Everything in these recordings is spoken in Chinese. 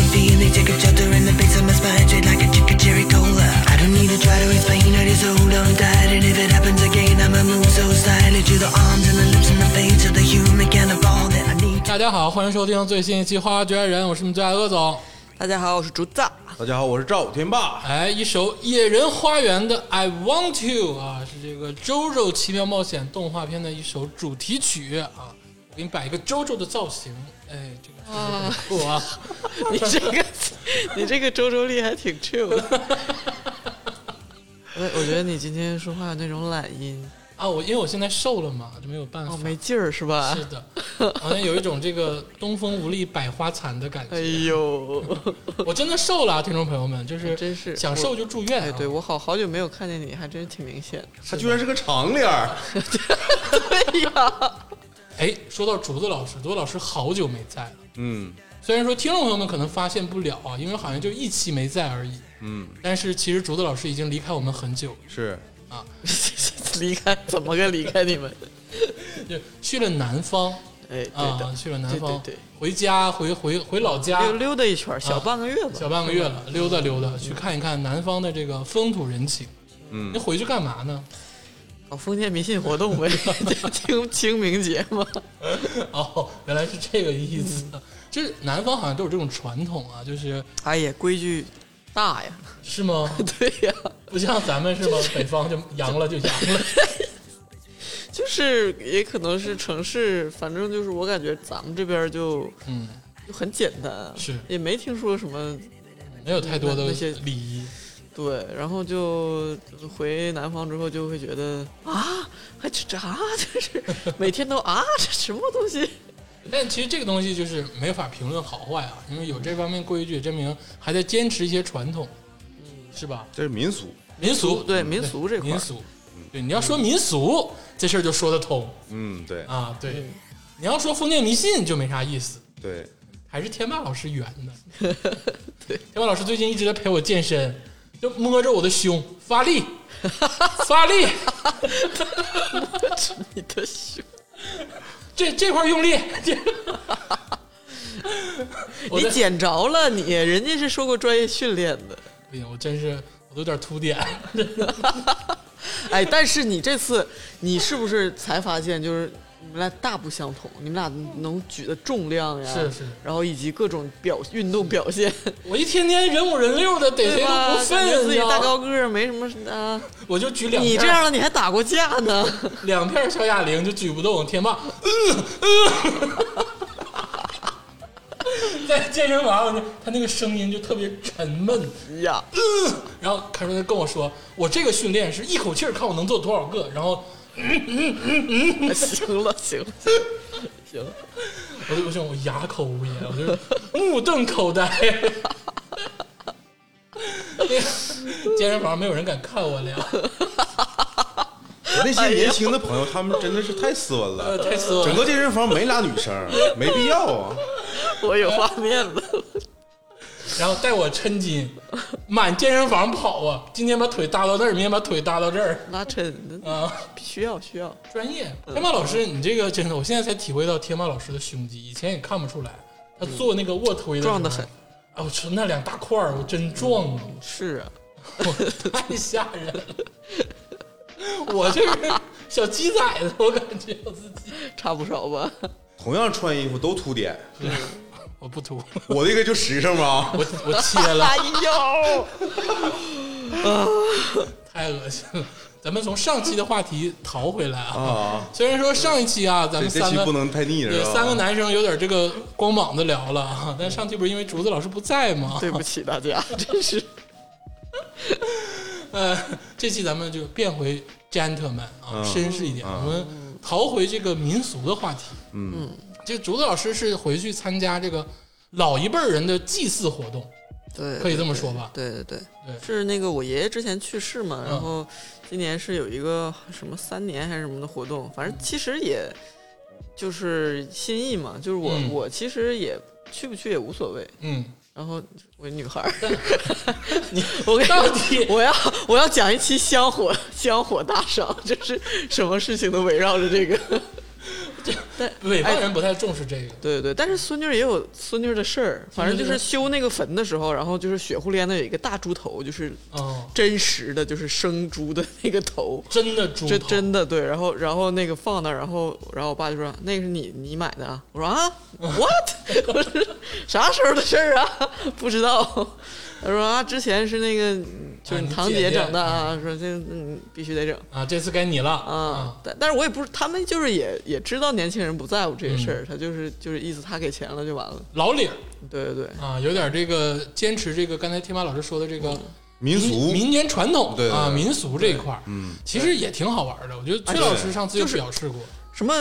take a chapter in the face of my spine Straight like a chicken cherry cola I don't need to try to explain, I just hold on tight And if it happens again, I'ma move so slightly To the arms and the lips and the face of the human kind of all that I need 大家好，欢迎收听最新一期《花花绝爱人》，我是你们最爱的鄂总。大家好，我是竹子。大家好，我是赵天霸。哎，一首《野人花园》的《I Want You》啊，是这个《JoJo 奇妙冒险》动画片的一首主题曲啊。我给你摆一个 JoJo 的造型，哎，这个是很酷 啊。你这个， 你这个周周丽还挺 chill 的。我哎我觉得你今天说话有那种懒音，啊，我因为我现在瘦了嘛，就没有办法。哦，没劲儿是吧？是的，好像有一种这个东风无力百花残的感哎觉。呦， 我真的瘦了、啊，听众朋友们，就是真是想瘦就住院、啊。哎，对我好好久没有看见你，还真挺明显的。他居然是个长脸儿，对呀，哎，说到竹子老师，竹子老师好久没在了。嗯虽然说听众朋友们可能发现不了啊，因为好像就一期没在而已，嗯，但是其实竹子老师已经离开我们很久了，啊是 离开怎么个离开你们？ 就去了南方哎，对啊，的，去了南方，对对回家回回回老家啊溜溜达一圈儿，小半个月吧。嗯小半个月了，溜达溜达，去看一看南方的这个风土人情。嗯，你回去干嘛呢？搞封建迷信活动 呗， 清清明节嗯嘛。哦，原来是这个意思。 就是南方好像都有这种传统啊，就是哎呀，规矩大呀，是吗？ 对呀。不像咱们是吗？北方就阳了就阳了。就是也可能是城市，反正就是我感觉咱们这边儿就嗯，就很简单啊，是也没听说什么没有太多的那些礼仪。对，然后就回南方之后就会觉得啊，还这这啊，这是每天都啊，这什么东西？ 但其实这个东西就是没法评论好坏啊，因为有这方面规矩，证明还在坚持一些传统，嗯是吧？这是民俗，民俗嗯对民俗这块儿民俗，对，你要说民俗这事儿就说得通嗯，对啊。对，你要说封建迷信就没啥意思，对，还是天霸老师圆的。 对，天霸老师最近一直在陪我健身，就摸着我的胸发力，发力，你的胸，这这块儿用力。这我你在捡着了你，人家是受过专业训练的。不哎行，我真是我都有点秃点。 哎，但是你这次你是不是才发现，就是你们俩大不相同，你们俩能举的重量呀，是是然后以及各种表运动表现，我一天天人五人六的，逮谁对都吧？不感觉忿，自你己知道大吗高个儿没什么啊，我就举两片你这样了你还打过架呢？ 两片小哑铃就举不动，天霸，嗯嗯， 在健身房，我就他那个声音就特别沉闷，哎呃呀，然后凯瑞跟我说，我这个训练是一口气儿看我能做多少个，然后 嗯行了行了行了，我就我想我哑口无言，我就是目瞪口呆。 那个健身房没有人敢看我俩，我那些年轻的朋友，他们真的是太斯文哎呃，了。太斯文整了。个健身房没俩女生，没必要啊。 我有画面了，然后带我抻筋，满健身房跑啊！今天把腿搭到这儿，明天把腿搭到这儿拉抻啊！需要需要，嗯专业，哎天霸老师，你这个真的，我现在才体会到天霸老师的胸肌，以前也看不出来。他做那个卧推的时候壮得很，啊！我操，那两大块儿，我真壮啊！是啊， 我太吓人了，我这是小鸡崽子，我感觉我自己差不少吧？同样穿衣服都凸点，嗯我不秃，我这个就实诚吧。我 我切了哎，呦， 太恶心了。咱们从上期的话题逃回来啊，啊，虽然说上一期啊，咱对，们这三期个不能太腻对了。三个，男生有点这个光膀子聊了啊，但上期不是因为竹子老师不在吗？ 对不起大家， 真是呃，这期咱们就变回 gentleman 啊，嗯绅士一点，我们逃回这个民俗的话题。嗯，这竹子老师是回去参加这个老一辈儿人的祭祀活动，对，可以这么说吧？对对对对，是那个我爷爷之前去世嘛，嗯然后今年是有一个什么三年还是什么的活动，反正其实也就是心意嘛，就是我、嗯我其实也去不去也无所谓。嗯，然后我女孩儿， 你我跟你到底我要我要讲一期 香火香火大赏，就是什么事情都围绕着这个。但北哎方人不太重视这个。对对，但是孙女儿也有孙女儿的事儿，反正嗯就是修那个坟的时候，然后就是血乎连的有一个大猪头，就是嗯，真实的，就是生猪的那个头，真的猪这头真的对。然后然后那个放那儿，然后然后我爸就说那个是你你买的啊，我说啊 what，我 说啥时候的事儿啊， 不知道。他说啊，之前是那个就是啊你你堂姐姐姐整的啊，说这嗯必须得整。啊，这次该你了啊啊，，但但是我也不是，他们就是也也知道年轻人不在乎这些事儿，他就是就是意思他给钱了就完了，嗯老领对对对，啊，有点这个坚持这个刚才天马老师说的这嗯个民俗民间传统对对对啊，民俗这一块儿，嗯，啊其实也挺好玩的。我觉得崔老师上次就表示过， 什么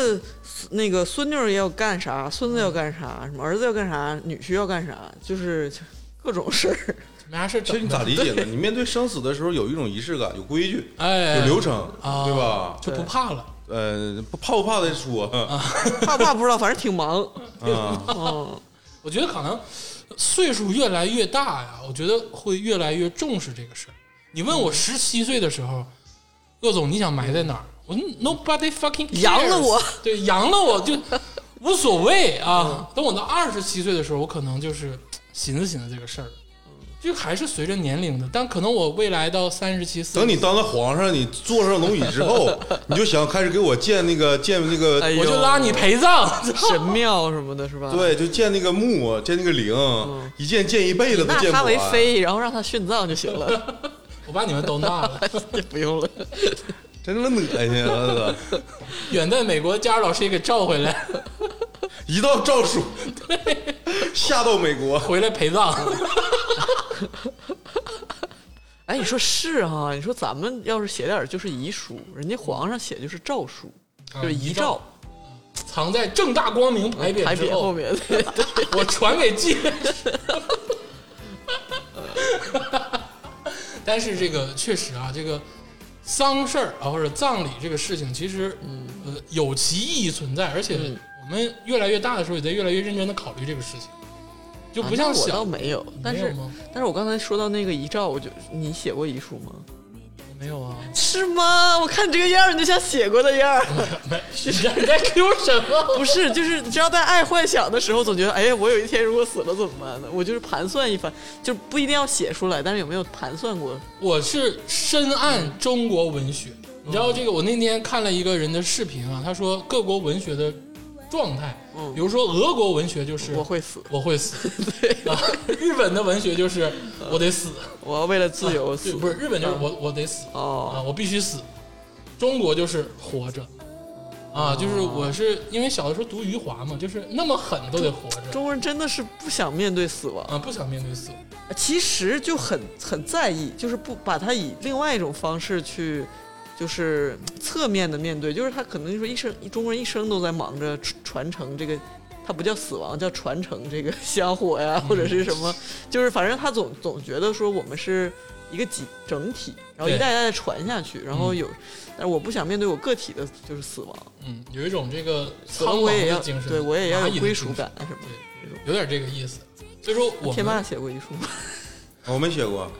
那个孙女儿要干啥，孙子要干啥，什么儿子要干啥，女婿要干啥，就是就各种事儿，没啥事其实你整咋的，理解呢？你面对生死的时候有一种仪式感，有规矩，哎，有流程，啊，对吧？ 就不怕了。呃，不怕不怕再说啊。怕不怕不知道，反正挺忙。 嗯，我觉得可能岁数越来越大呀，我觉得会越来越重视这个事儿。你问我十七岁的时候，鄂总你想埋在哪儿？我说 nobody fucking cares 扬了我， 对，扬了我就无所谓嗯啊。等我到二十七岁的时候，我可能就是寻思寻思这个事儿了，就还是随着年龄的。但可能我未来到三十七、四等你当了皇上，你坐上龙椅之 后，你就想开始给我建那个建那个，哎呦我就拉你陪葬。神庙什么的，是吧？，对，就建那个墓，建那个陵，嗯一建建一辈子都纳建不他为完。妃，然后让他殉葬就行了， 我把你们都纳了。 也不用 了。真他妈恶心啊！这个远在美国，佳儿老师也给召回来， 一道诏书，下到美国，回来陪葬。 哎，你说是哈、你说咱们要是写点儿就是遗书，人家皇上写就是诏书，啊就是遗诏，藏在正大光明牌匾牌之匾后面。 我传给继任。但是这个确实啊，这个丧事儿啊或者葬礼这个事情，其实呃有其意义存在，而且嗯我们越来越大的时候，也在越来越认真的考虑这个事情，就啊不那我像倒小没有，但没有是吗但是我刚才说到那个遗诏，我就你写过遗书吗？没有啊，是吗？我看你这个样儿，你就像写过的样儿。没你啊在你在 Q 什么？不是，就是你知道，在爱幻想的时候，总觉得，哎呀，我有一天如果死了怎么办呢？我就是盘算一番，就不一定要写出来，但是有没有盘算过？我是深谙中国文学，你知道这个？我那天看了一个人的视频啊，他说各国文学的状态，嗯比如说俄国文学就是我会死，我 会死。啊，日本的文学就是我得死，啊我要为了自由对死。不是日本就是我我得死啊，哦，我必须死。中国就是活着哦啊，就是我是因为小的时候读余华嘛，就是那么狠都得活着中国人真的是不想面对死亡，啊，不想面对死。其实就很很在意，就是不把它以另外一种方式去，就是嗯侧面的面对，就是他可能说一生中国人一生都在忙着传传承这个，他不叫死亡，叫传承这个香火呀，或者是什 么，就是反正他总总觉得说我们是一个几整体，然后一对代一代的传下去，然后有，但是我不想面对我个体的就是死亡，嗯，有一种这个死了苍我茫也要的精神，对我也要蚂蚁有的归精属神感，啊什么的。对，有点这个意思。所以说我天们霸写过一书，我没写过。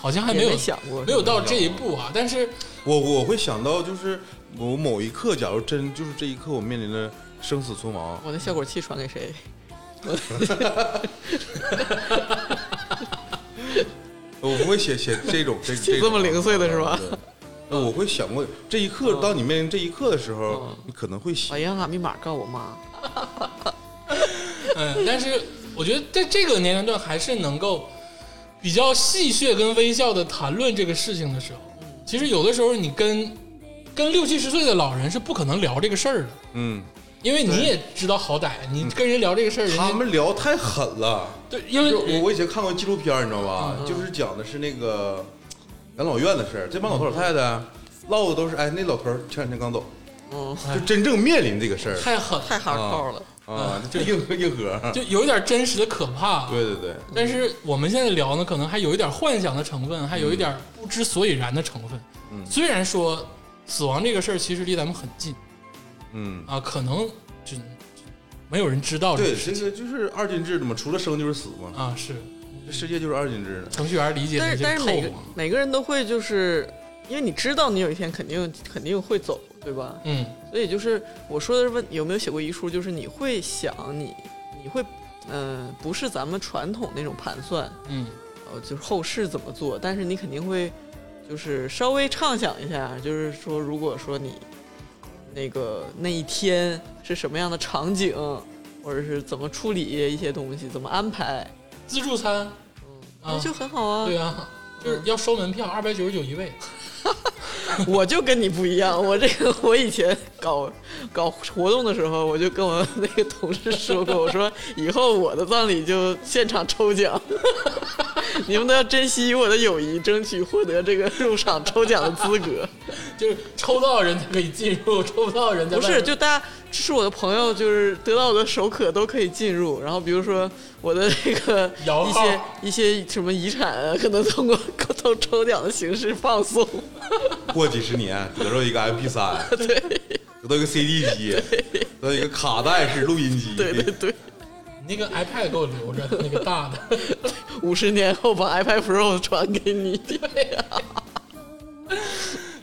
好像还也没有没想过没有到这一步啊，但是我我会想到，就是我某一刻，假如真就是这一刻，我面临了生死存亡， 我那效果器传给 谁？我不会写写这种这这 这么零碎的是吧嗯对那我会想过这一刻，当你面临这一刻的时候，你可能会把写。银行卡密码告我哎妈。嗯，但是我觉得在这个年龄段还是能够比较戏谑跟微笑的谈论这个事情的时候，嗯其实有的时候你跟跟六七十岁的老人是不可能聊这个事儿的，嗯，因为你也知道好歹，你跟人聊这个事儿，人他家们聊太狠了。对，因就为嗯我我以前看过纪录片儿，你知道吧？就是讲的是那个养老院的事儿，这帮老头老太太嗯唠的都是，哎，那老头儿前两天刚走，嗯，就真正面临这个事儿哎太狠，太哈扣了。啊，就硬硬核。就有点真实的可怕。对对对，但是我们现在聊呢，可能还有一点幻想的成分，还有一点不知所以然的成分。嗯虽然说死亡这个事儿其实离咱们很近嗯，啊，可能就没有人知道这个对，事这个就是二进制的嘛，除了生就是死嘛，啊，是这世界就是二进制的。程序员理解但的是这啊但个是套每个路。每个人都会就是因为你知道你有一天肯定肯定会走，对吧？嗯所以就是我说的是问有没有写过遗书，就是你会想你你会嗯、呃不是咱们传统那种盘算，嗯呃，就是后世怎么做，但是你肯定会就是稍微畅想一下，就是说如果说你那个那一天是什么样的场景，或者是怎么处理一些东西，怎么安排，嗯自助餐，那、啊就很好啊。对啊，就是要收门票，二百九十九一位。 我就跟你不一样，我这个 我以前搞搞活动的时候，我就跟我那个同事说 过，我说以后我的葬礼就现场抽奖， 你们都要珍惜与我的友谊，争取获得这个入场抽奖的资格。 就是抽到人才可以进入，抽不到人在不外面是，就大家这是我的朋友，就是得到我的手可都可以进入。然后比如说我的这个摇一号些一些什么遗产啊，可能通过 通抽奖的形式放送。过几十年得到一个 MP 三，对，得到一个 CD 机，得到一个卡带式录音机，对对对。你那个 iPad 给我留着， 那个大的，五十年后把 iPad Pro 传给你。对呀、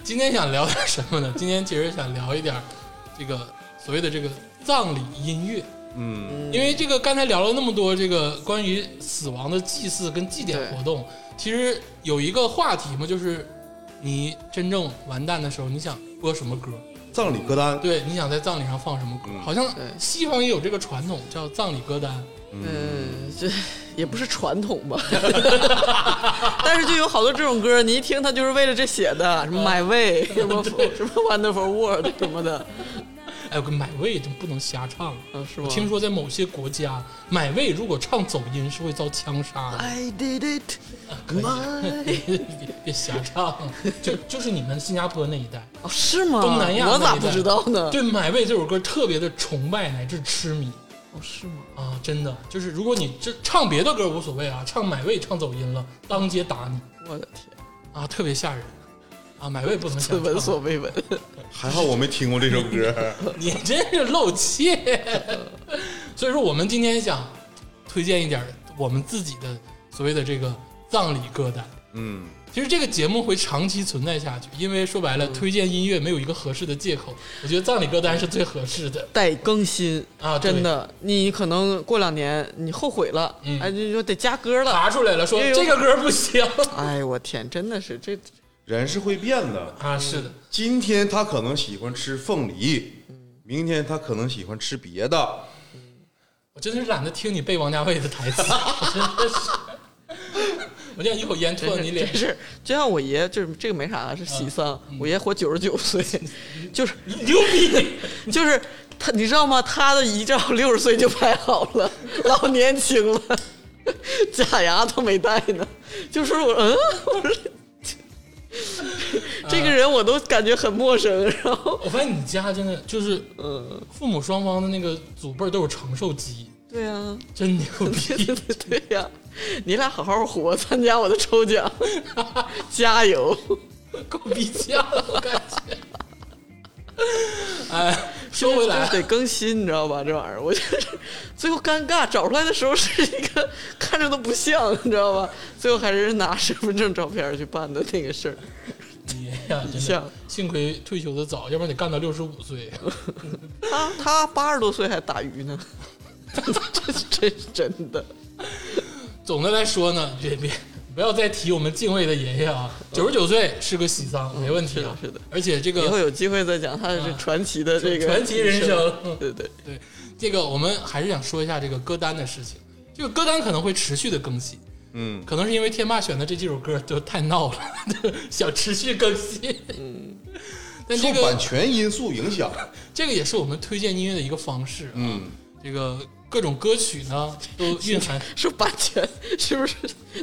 今天想聊点什么呢？今天其实想聊一点儿这个所谓的这个葬礼音乐，嗯，因为这个刚才聊了那么多这个关于死亡的祭祀跟祭典活动，其实有一个话题嘛，就是你真正完蛋的时候，你想播什么歌？葬礼歌单，嗯对，你想在葬礼上放什么歌？好像对西方也有这个传统，叫葬礼歌单。嗯，这也不是传统吧， 但是就有好多这种歌，你一听它就是为了这写的，啊什么 My Way，什么什么 Wonderful World 什么的，哎，我跟买位真不能瞎唱。嗯，是我吗？听说在某些国家，买位如果唱走音是会遭枪杀的。 I did it，别 别瞎唱，就就是你们新加坡那一带，哦，是吗？东南亚我那咋一带不知道呢？对《买位》这首歌特别的崇拜乃至痴迷哦，是吗？啊！真的，就是如果你这唱别的歌无所谓啊，唱《买位》唱走音了，当街打你我的天，啊，特别吓人啊！买位不能此瞎闻所唱，未闻。还好我没听过这首歌。 你真是露怯。 所以说，我们今天想推荐一点我们自己的所谓的这个葬礼歌单。嗯，其实这个节目会长期存在下去，因为说嗯白了，推荐音乐没有一个合适的借口。我觉得葬礼歌单是最合适的得更新啊对真的，你可能过两年你后悔了，嗯哎，你就得加歌了。查出来了，说哎呦这个歌不行哎，我天，真的是这人是会变的，啊。是的，今天他可能喜欢吃凤梨，明天他可能喜欢吃别的。我真的是懒得听你背王家卫 的台词，真的是。我就想一口烟真吐到是 你脸嗯真，是就像我爷，就是这个没啥，是喜丧。我爷活九十 九岁，就是牛逼！ 就是他，你知道吗？他的遗照六十岁就拍好了，老年轻了，假牙都没戴呢。就是我，嗯，我说 这嗯个人我都感觉很陌生。然后，我发现你家真的就是嗯，父母双方的那个祖辈儿都有长寿基，对呀、啊，真牛对对逼！对对呀、 你俩好好活，参加我的抽奖， 加油！ 够逼呛，我感觉。哎，说回来就是，得更新，你知道吧？这玩意儿，我就是最后尴尬，找出来的时候是一个看着都不像，你知道吧？最后还是拿身份证照片去办的那个事儿。你 呀，真的像幸亏退休的早，要不然得干到六十五岁。 他他八十多岁还打鱼呢， 这这是真的。总的来说呢，别别不要再提我们敬畏的爷爷啊，九十九岁是个喜丧，没问题啊，嗯是的是的而且这以后个啊有机会再讲他这传奇的这个传奇人生对对，对这个我们还是想说一下这个歌单的事情。这个歌单可能会持续的更新，嗯，可能是因为天霸选的这几首歌都太闹了， 想持续更新。嗯， 但受这版个权因素影响， 这个也是我们推荐音乐的一个方式、啊。嗯，这个各种歌曲呢都蕴含说版权 是不是？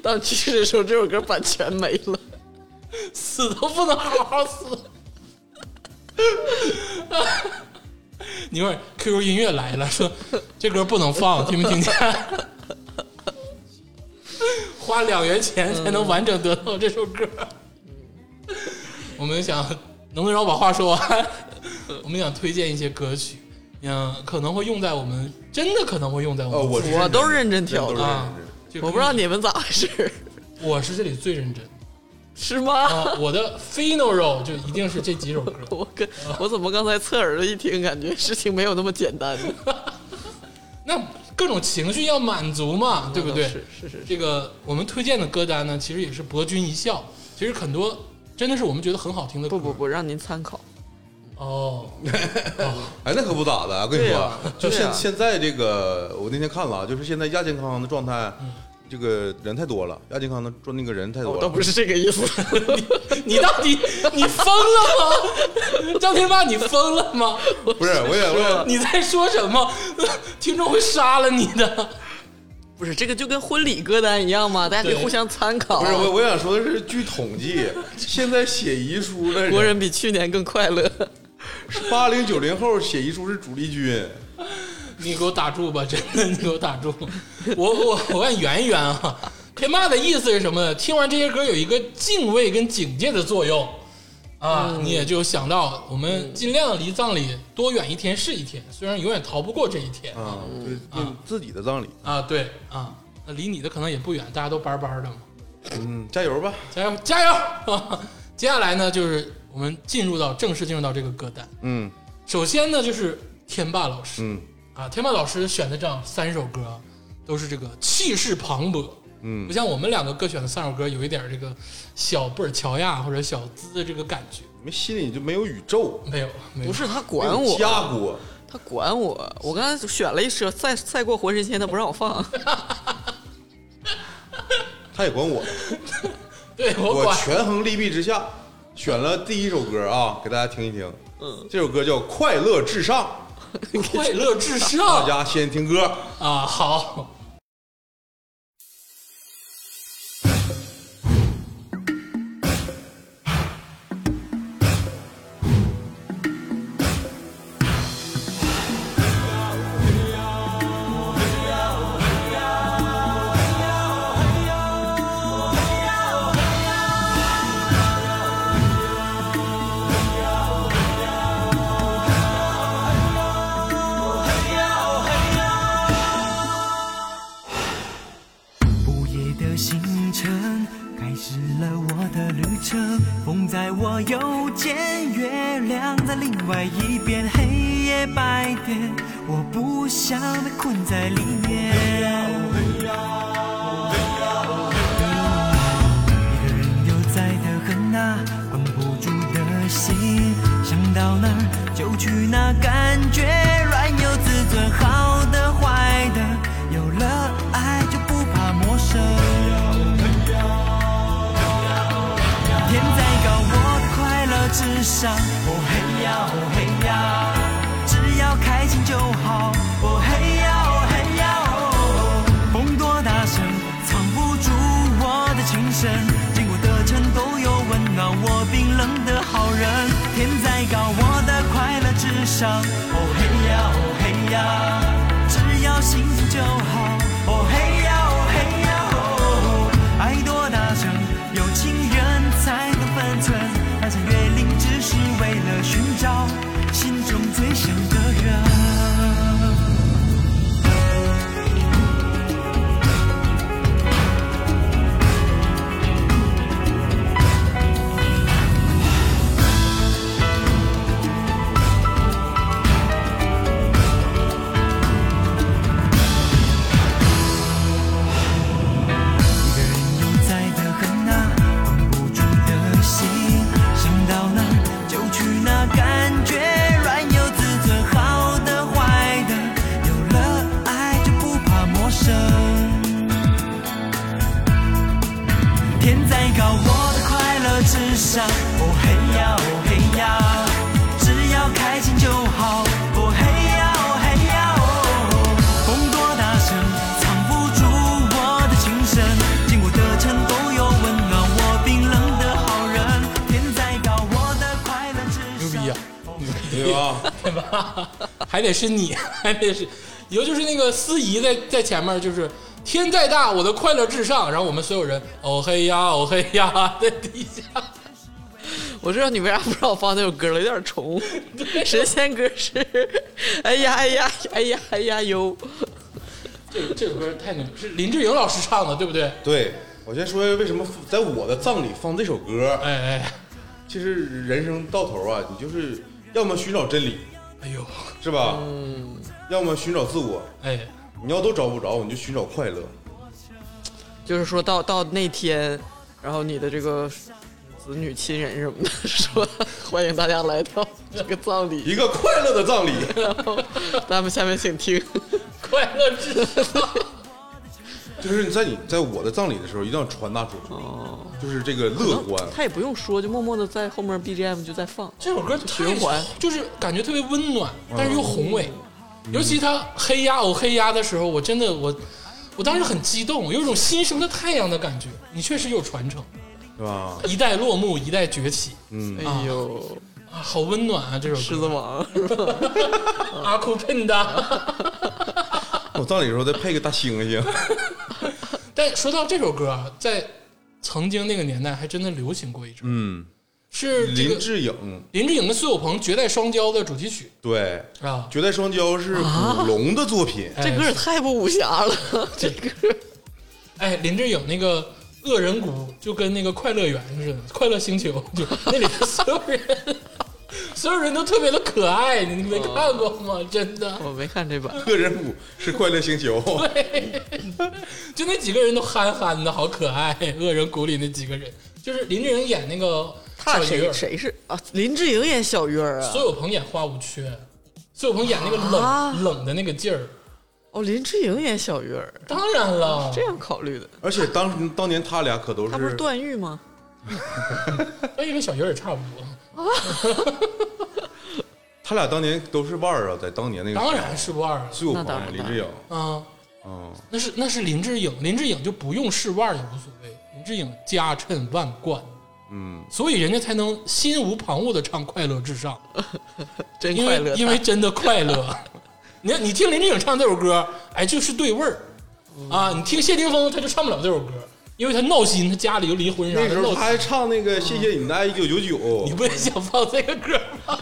当你去世的时候，这首歌版权没了。死都不能好好死。你一会儿 QQ 音乐来了，说这歌不能放，听没听见？ 花两元钱嗯才能完整得到这首歌。我们想能不能让我把话说完？ 我们想推荐一些歌曲，嗯，可能会用在我们真的可能会用在我们、呃，我是我都是认真真挑都是的，啊认真，就 我不知道你们咋回事儿。我是这里最认真，是吗？啊，我的 final roll 就一定是这几首啊歌。 我跟我怎么刚才侧耳的一听，感觉事情没有那么简单呢？那各种情绪要满足嘛，对不对？嗯是是是是，这个我们推荐的歌单呢，其实也是博君一笑。其实很多真的是我们觉得很好听的歌。不不不，让您参考。哦，哎，那可不咋的，我跟你对说，啊就对现、啊现在这个，我那天看了啊，就是现在亚健康的状态，这个人太多了，亚健康的状那个人太多我了，嗯哦倒不是这个意思，你到底 你疯了吗？张天霸，你疯了 吗？不是，我也我也你在说什么？ 听众会杀了你的。不是这个就跟婚礼歌单一样嘛，大家可以对互相参考。不是我我想说的是，据统计，现在写遗书的国人，人比去年更快乐。八零九零后写遗书是主力军，你给我打住吧，真的，你给我打住！我我我问圆圆啊，天霸的意思是什么呢？听完这些歌有一个敬畏跟警戒的作用啊，你也就想到我们尽量离葬礼多远一天是一天，虽然永远逃不过这一天啊，哦就是就是自己的葬礼，啊，对啊，那离你的可能也不远，大家都班班的嘛，嗯，加油吧，加油加油！ 接下来呢，就是我们进入到正式进入到这个歌单，嗯首先呢就是天霸老师嗯啊，天霸老师选的这样三首歌都是这个气势磅礴。嗯不，像我们两个各选的三首歌有一点这个小布尔乔亚或者小资的这个感觉，没心里就没有宇宙，没有，没有不是他没管有我，家国，他管我。我刚才选了一首《赛赛过活神仙》，他不让我放。 他也管 我，对我我管权衡利弊之下，选了第一首歌啊，给大家听一听，嗯，这首歌叫《快乐至上》， 快乐至大上家先听歌。啊，好，午夜的星辰开始了我的旅程，风在我右肩，月亮在另外一边，黑夜白天，我不想被困在里面。一个人悠哉的很啊，管不住的心，想到哪儿就去哪儿，感觉软有自尊，好的坏的，有了爱就不怕陌生。天再高，我快乐至上，哦嘿呀哦嘿呀，只要开心就好，哦嘿呀哦嘿呀哦。风多大声，藏不住我的情深，经过的城都有温暖我冰冷的好人。天再高，我的快乐至上，哦嘿呀哦嘿呀，只要心情就好，哦嘿呀哦嘿呀哦。爱多大声，有情人才懂分寸，翻山越岭只是为了寻找心中最想的人。一个人悠哉的很啊，管不住的心，想到哪儿就去哪儿，感觉软有自尊，好的坏的，有了爱就不怕陌生。天再高，我的快乐至上。哦嘿呀，哦嘿呀，只要开心就好。哦嘿呀，哦嘿呀，哦。风多大声，藏不住我的情深。经过的城都有温暖我冰冷的好人。天再高，我的快乐牛至上。逼啊， 对吧？对吧？还得是你，还得是，以后就是那个司仪在在前面，就是天再大，我的快乐至上，然后我们所有人哦嘿呀哦嘿呀在底下，我知道你为啥不让我放那首歌了，有点 重。神仙歌是，哎呀哎呀哎呀哎呀哟，这这首歌太牛，是林志颖老师唱的，对不对？对，我先说一下为什么在我的葬礼放这首歌。哎哎，其实人生到头啊，你就是要么寻找真理，哎呦，是吧？嗯。要么寻找自我，哎，你要都找不着，你就寻找快 乐。就是说到到那天，然后你的这个子女亲人什么的 说，欢迎大家来到这个葬礼，一个快乐的葬礼，咱们下面请听。快乐至上。就是你在你在我的葬礼的时候，一定要传达出去，哦就是这个乐观。他也不用说，就默默的在后面 BGM 就在放。这首歌太循环就是感觉特别温暖，但是又宏伟。嗯尤其他黑压我黑压的时候，我真的我，我当时很激动，有一种新生的太阳的感觉。你确实有传承，嗯是吧？一代落幕，一代崛起哎呦，啊，好温暖啊！这首狮歌子王， 阿库喷的。我葬礼的时候再配个大猩猩，但说到这首歌啊，在曾经那个年代还真的流行过一阵，嗯，是这个林志颖，林志颖跟苏有朋《绝代双骄》的主题曲对，啊。《绝代双骄》是古龙的作品，哎这歌也太不武侠了，这歌哎，林志颖那个恶人谷就跟那个快乐园似的，快乐星球， 就那里边所有人，所有人都特别的可爱，你没哦看过吗？真的，我没看这版。个人舞是《快乐星球》就那几个人都憨憨的，好可爱。恶人谷里那几个人，就是林志颖演那个他小鱼谁儿，谁是啊？林志颖演小鱼儿苏啊？有朋演花无缺，苏有朋演那个冷、啊冷的那个劲儿。哦，林志颖演小鱼儿，当然了，这样考虑的。而且当当年他俩可都他不是段誉吗？那哎跟小鱼儿也差不多。他俩当年都是腕儿啊，在当年那个当然是腕儿苏有那当然朋、林志颖，啊，嗯，那是那是林志颖，林志颖就不用试腕儿也无所谓，林志颖家趁万贯，嗯，所以人家才能心无旁骛的唱《快乐至上 真》，因快乐为大，因为真的快 乐。你你听林志颖唱这首歌，哎，就是对味儿嗯啊！你听谢霆锋，他就唱不了这首歌，因为他闹心，他家里又离婚啥那的时候闹心他。还唱那个《谢谢你的爱一九九九你》，不也想放这个歌吗？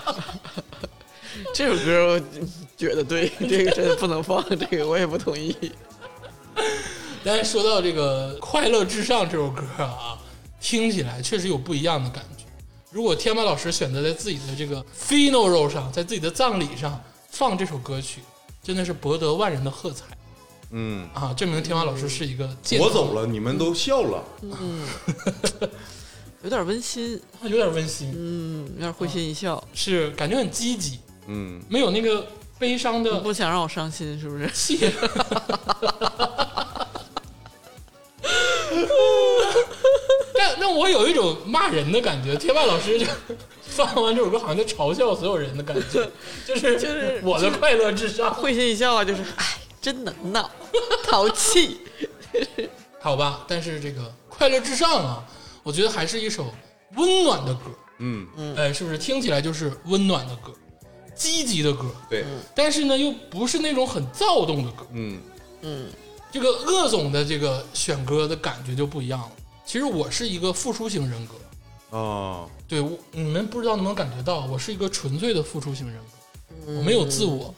这首歌我觉得对， 这个真的不能放，这个我也不同意。但是说到这个《快乐至上》这首歌啊，听起来确实有不一样的感觉。如果天马老师选择在自己的这个 funeral 上，在自己的葬礼上放这首歌曲，真的是博得万人的喝彩嗯，啊！证明天马老师是一个健我康走，了，你们都笑了，嗯有点温馨，啊有点温馨，啊嗯，有点会心一笑。是感觉很积极，嗯，没有那个悲伤你的不想让我伤心是不是？气。但那我有一种骂人的感觉，天霸老师就放完这首歌，好像在嘲笑所有人的感觉，就是 就是我的快乐至上，会心一笑啊，就是哎， 真能闹，淘气。好吧？但是这个快乐至上啊，我觉得还是一首温暖的歌，嗯，哎，是不是？听起来就是温暖的歌，积极的歌，对，但是呢，又不是那种很躁动的歌。嗯，这个鄂总的这个选歌的感觉就不一样了。其实我是一个付出型人格，啊，对我你们不知道能不能感觉到，我是一个纯粹的付出型人嗯格，我没有自我，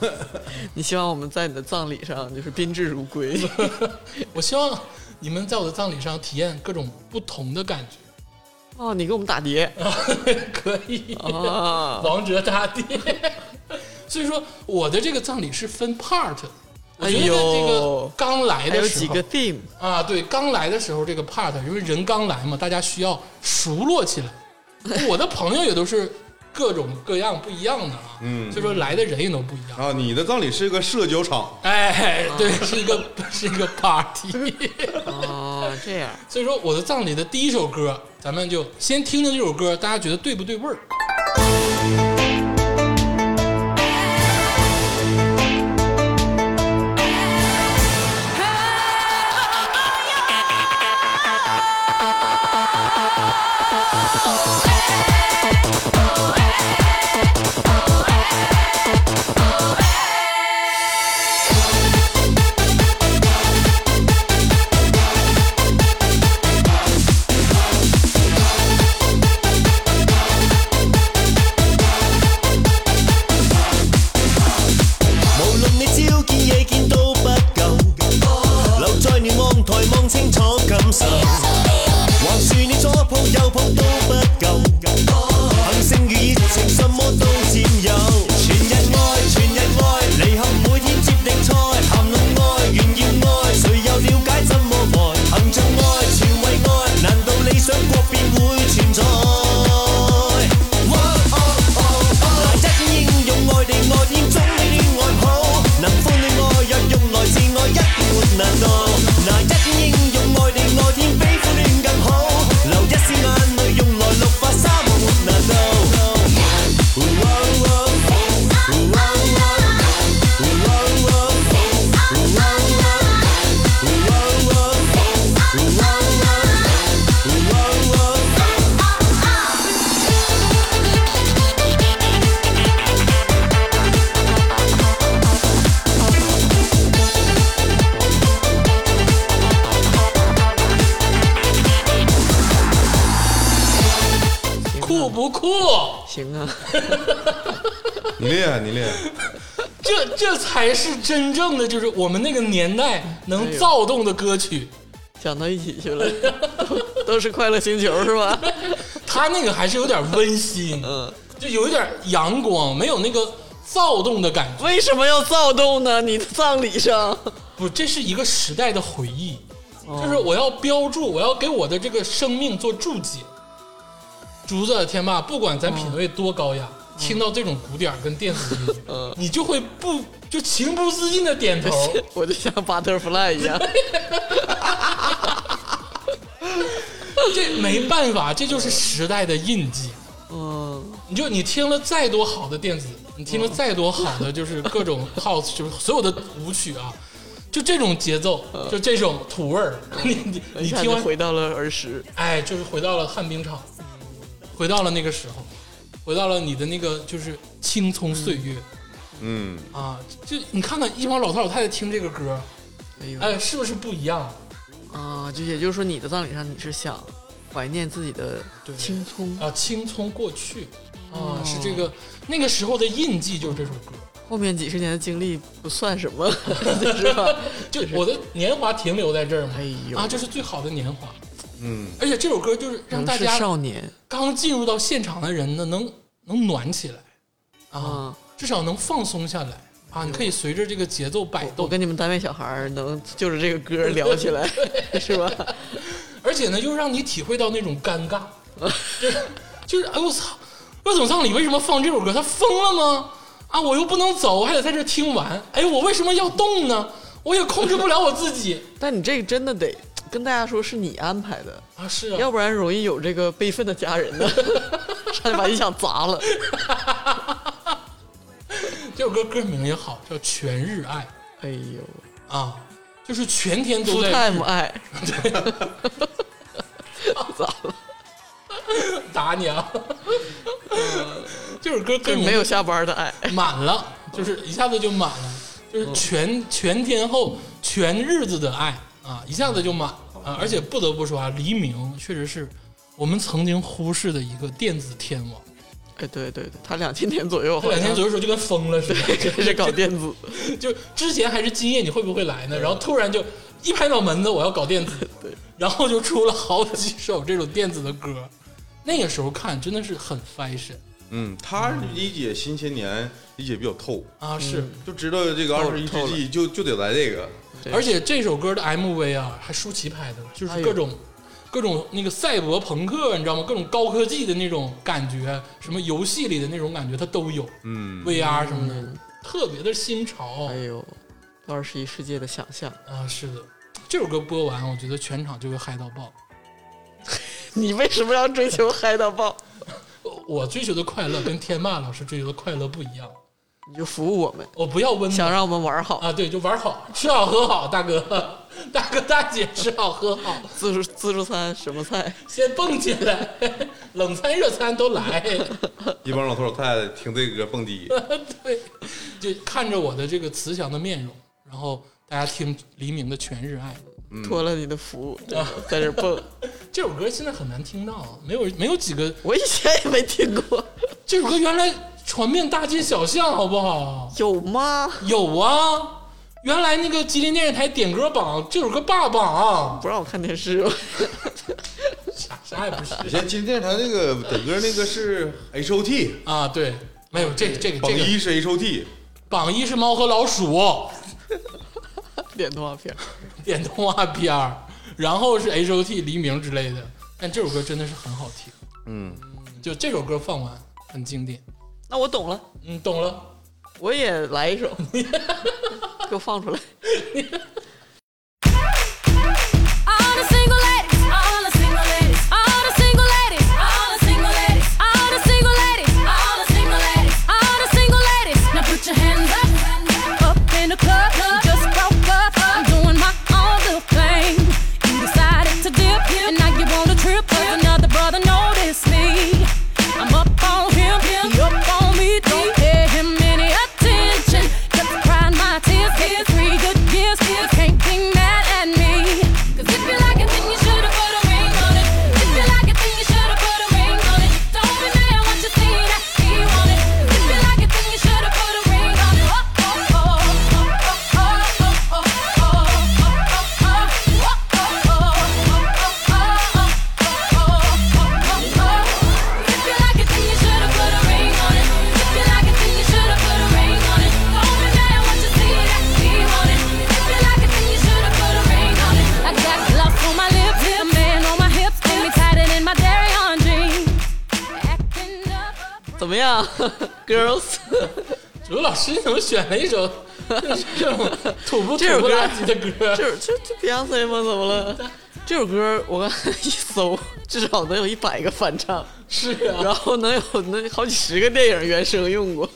嗯 你希望我们在你的葬礼上就是宾至如归， 我希望 你们在我的葬礼上体验各种不同的感觉，哦，你给我们打碟 可以，啊， 王者大帝。所以说，我的这个葬礼是分 part 的。我觉得哎呦这个刚来还有的时几候个 theme，啊，对，刚来的时候这个 part，因为人刚来嘛，大家需要熟络起 来。我的朋友也都是各种各样不一样的啊，嗯所以说来的人也都不一样。啊，你的葬礼是个社交场，哎，对，是一个是一个 party。 哦，这样，所以说，我的葬礼的第一首歌，咱们就先听听这首歌，大家觉得对不对味儿？无论你朝見夜見都不夠，留在凝望台望清楚更嗯酷不酷？行啊，你厉害，你厉害，这这才是真正的，就是我们那个年代能躁动的歌曲。哎讲到一起去了，都 都是快乐星球是吧？ 他那个还是有点温馨，嗯，就有一点阳光，没有那个躁动的感觉。为什么要躁动呢？你的葬礼上，不，这是一个时代的回忆，就是我要标注，我要给我的这个生命做注解。竹子天霸，不管咱品味多高雅，嗯听到这种古典儿跟电子音，你就会不就情不自禁的点头。我就像 butterfly 一样， 这没办法，这就是时代的印记。嗯，呃你就你听了再多好的电子，你听了再多好的就是 各种 house，就是所有的舞曲啊，就这种节奏，呃就这种土味儿，你你一你下听就完，回到了儿时，哎，就是回到了旱冰场，回到了那个时候，回到了你的那个就是青葱岁月嗯，啊！就你看看一帮老头老太太听这个歌，哎呦哎，是不是不一样？啊，就也就是说，你的葬礼上你是想怀念自己的对青葱，哦啊，青葱过去啊，是这个那个时候的印记，就是这首歌。后面几十年的经历不算什么， 是吧？就我的年华停留在这儿嘛，哎呦啊，这是最好的年华。嗯，而且这首歌就是让仍大是家少年刚进入到现场的人呢，能能暖起来啊，啊！至少能放松下来啊。你可以随着这个节奏摆我动，跟你们单位小孩儿能就是 这个歌聊起 来，是吧？而且呢，又让你体会到那种尴尬， 就是就是哎我操，乐总葬礼为什么放这首歌？他疯了吗？啊，我又不能走，我还得在这儿听完。哎，我为什么要动呢？我也控制不了我自己但你这个真的得跟大家说是你安排的，啊！是啊，要不然容易有这个悲愤的家人呢， 差点把音响砸了。这首歌歌名也好，叫《全日爱哎呦》啊，就是全天都，full 在 time 爱， 咋了？打你啊！这首歌就歌是名没有下班的爱。满了，就是一下子就满了，就是全全天候、全日子的爱啊，一下子就满啊！而且不得不说啊，黎明确实是我们曾经忽视的一个电子天王，哎，对对对，他两千年左右，他两天左右的时候就跟疯了似的，开始搞电子，就之前还是今夜你会不会来呢？然后突然就一拍脑门子，我要搞电 子，然后就出了好几首这种电子的歌。那个时候看真的是很 fashion 嗯，他理解新千年理解比较透，啊，是。就知道这个透二了十一透世了纪就就得来这个，对而 且这首歌的 MV 啊，还舒淇拍的，就哎是呦各种、各种那个赛博朋克，你知道吗？各种高科技的那种感觉，什么游戏里的那种感觉，它都有嗯， VR 什么的，特别的新潮、哎呦，二十一世界的想象，啊！是的，这首歌播完，我觉得全场就会嗨到爆。 你为什么要追求嗨到爆？我 我追求的快乐跟天霸老师追求的快乐不一样，你就服务我们，我不要温想暖让我们玩好，啊，对，就玩好，吃好喝好，大哥， 大哥大姐吃好喝好，自助自助餐什么菜？先蹦起来， 冷餐热餐都来。一帮老头老太太听这个歌蹦 迪，对，就看着我的这个慈祥的面容，然后大家听黎明的《全日爱》嗯脱了你的服务，啊在这儿蹦。 这首歌，现在很难听到，没有没有几个 我以前也没听过，这首歌原来传遍大街小巷，好不好？有吗？有啊，原来那个吉林电视台点歌榜这首歌霸榜，不让我看电视吗？ 啥啥也不是以前金电视台那个整个那个是 H O T，啊，对。没有这这个榜这个一是 H O T，榜一是猫和 老鼠点动画片儿，点动画片儿，然后是 H O T 黎明之类的，但这首歌真的是很好听，嗯，就这首歌放完很经典， 那我懂了，嗯，懂了。我也来一首， 给我放出来。 All the single ladies, all the single ladies, all the single ladies, all the single ladies, all the single ladies, all the single ladies, all the single ladies. Now put your hands up, up in the club. You just broke up. I'm doing my own little thing. You decided to dip, and now you want to trip. 'cause another brother noticed me. I'm up on him, he up on me. Don't pay him any attention. Just crying my tears, tears, three good years, tears. 怎么样 ，girls？刘老师，你怎么选了一首这种土不这首土不歌拉几的歌？这这这 Beyonce 吗？怎么了？这首歌我刚才一搜， 至少能有一百个翻唱，是啊，然后能有那好几十个电影原声用过。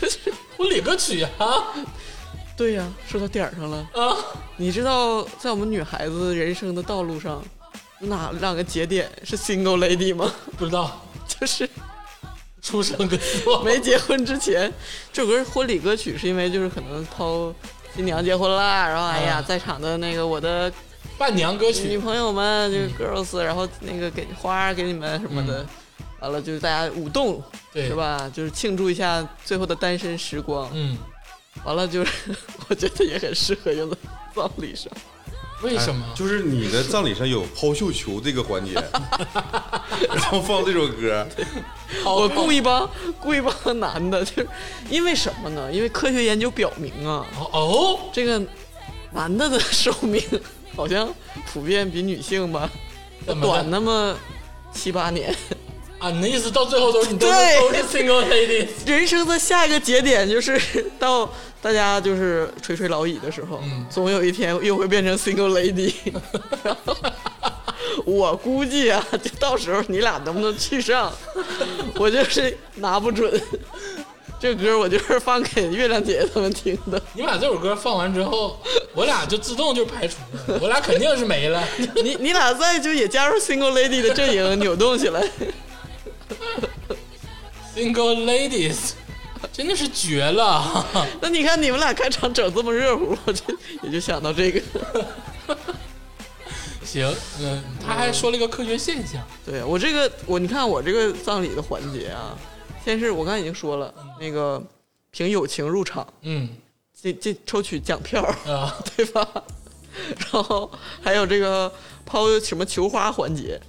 就是婚礼歌曲啊对呀、说到点儿上了。啊！ 你知道，在我们女孩子人生的道路上，哪两个节点是 single lady 吗？不知道 就是出生跟错没结婚之前，这首歌是婚礼歌曲，是因为就是可能抛新娘结婚啦，然后哎呀，啊在场的那个我的伴娘歌女曲，嗯朋友们就是 girls，、然后那个给花儿给你们什么的，完了就是大家舞动对是？吧？就是庆祝一下最后的单身时光。嗯，完了就是 我觉得也很适合用在葬礼上，为什么？哎就是你的葬礼上有抛绣球这个环 节，然后放这首歌，哎我故意帮故意帮男的，就是因为什么呢？因为科学研究表明啊，哦哦，这个男的的寿命好像普遍比女性吧怎么短的那么七八年。啊？你的意思到最后都是你都是对都是 single ladies？ 人生的下一个节点就是到大家就是垂垂老矣的时候，嗯总有一天又会变成 single lady。我估计啊，就到时候你俩能不能去上，我就是拿不准。这歌我就是放给月亮姐姐他们听的，你把这首歌放完之后，我俩就自动就排除了，我俩肯定是没了。 你你俩在就也加入 single lady 的阵营，扭动起来。 Single ladies，真的是绝了！ 那你看你们俩开场整这么热乎，我这也就想到这个。 行，嗯，他还说了一个科学现象，对我这个，我你看我这个葬礼的环节啊，先是我刚才已经说了，那个凭友情入场，嗯这这抽取奖票，啊， 对吧？然后还有这个抛什么球花环节，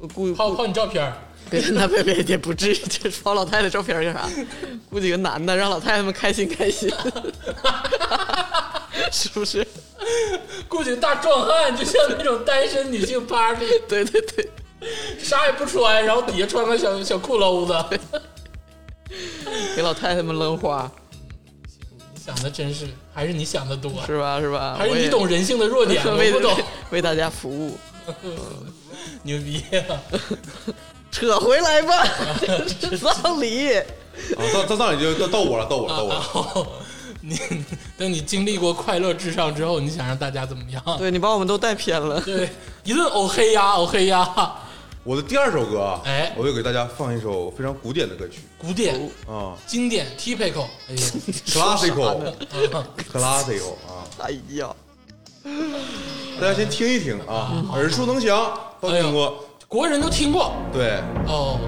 我估泡泡你 照片儿别那别别也不至于，这抛老太太照片干啥？估计个男的让老太太们开心开心， 是不 是？估计大壮汉就像那种单身女性 party， 对对对。啥也不穿，然后底下穿个小小裤兜子，给老太太们扔花，你想的真是，还是你想的多，是吧？是吧？还啊是我你也懂人性的弱点，我 为不懂，为大家服务，嗯牛逼、啊！扯回来吧， 葬礼。啊，到到葬礼就到到我了，到我了，到我啊了。你等你经历过快乐至上之后，你想让大家怎么样？对你把我们都带偏了，对，一顿呕黑呀，呕黑呀，我的第二首歌啊，哎我又给大家放一首非常古典的歌曲古哦典、啊经典、typical，哎 呦。 ，classical，classical 啊，啊哎嗯呀，大家先听一听嗯啊，耳熟能详，都听过，国人都听过对，哦。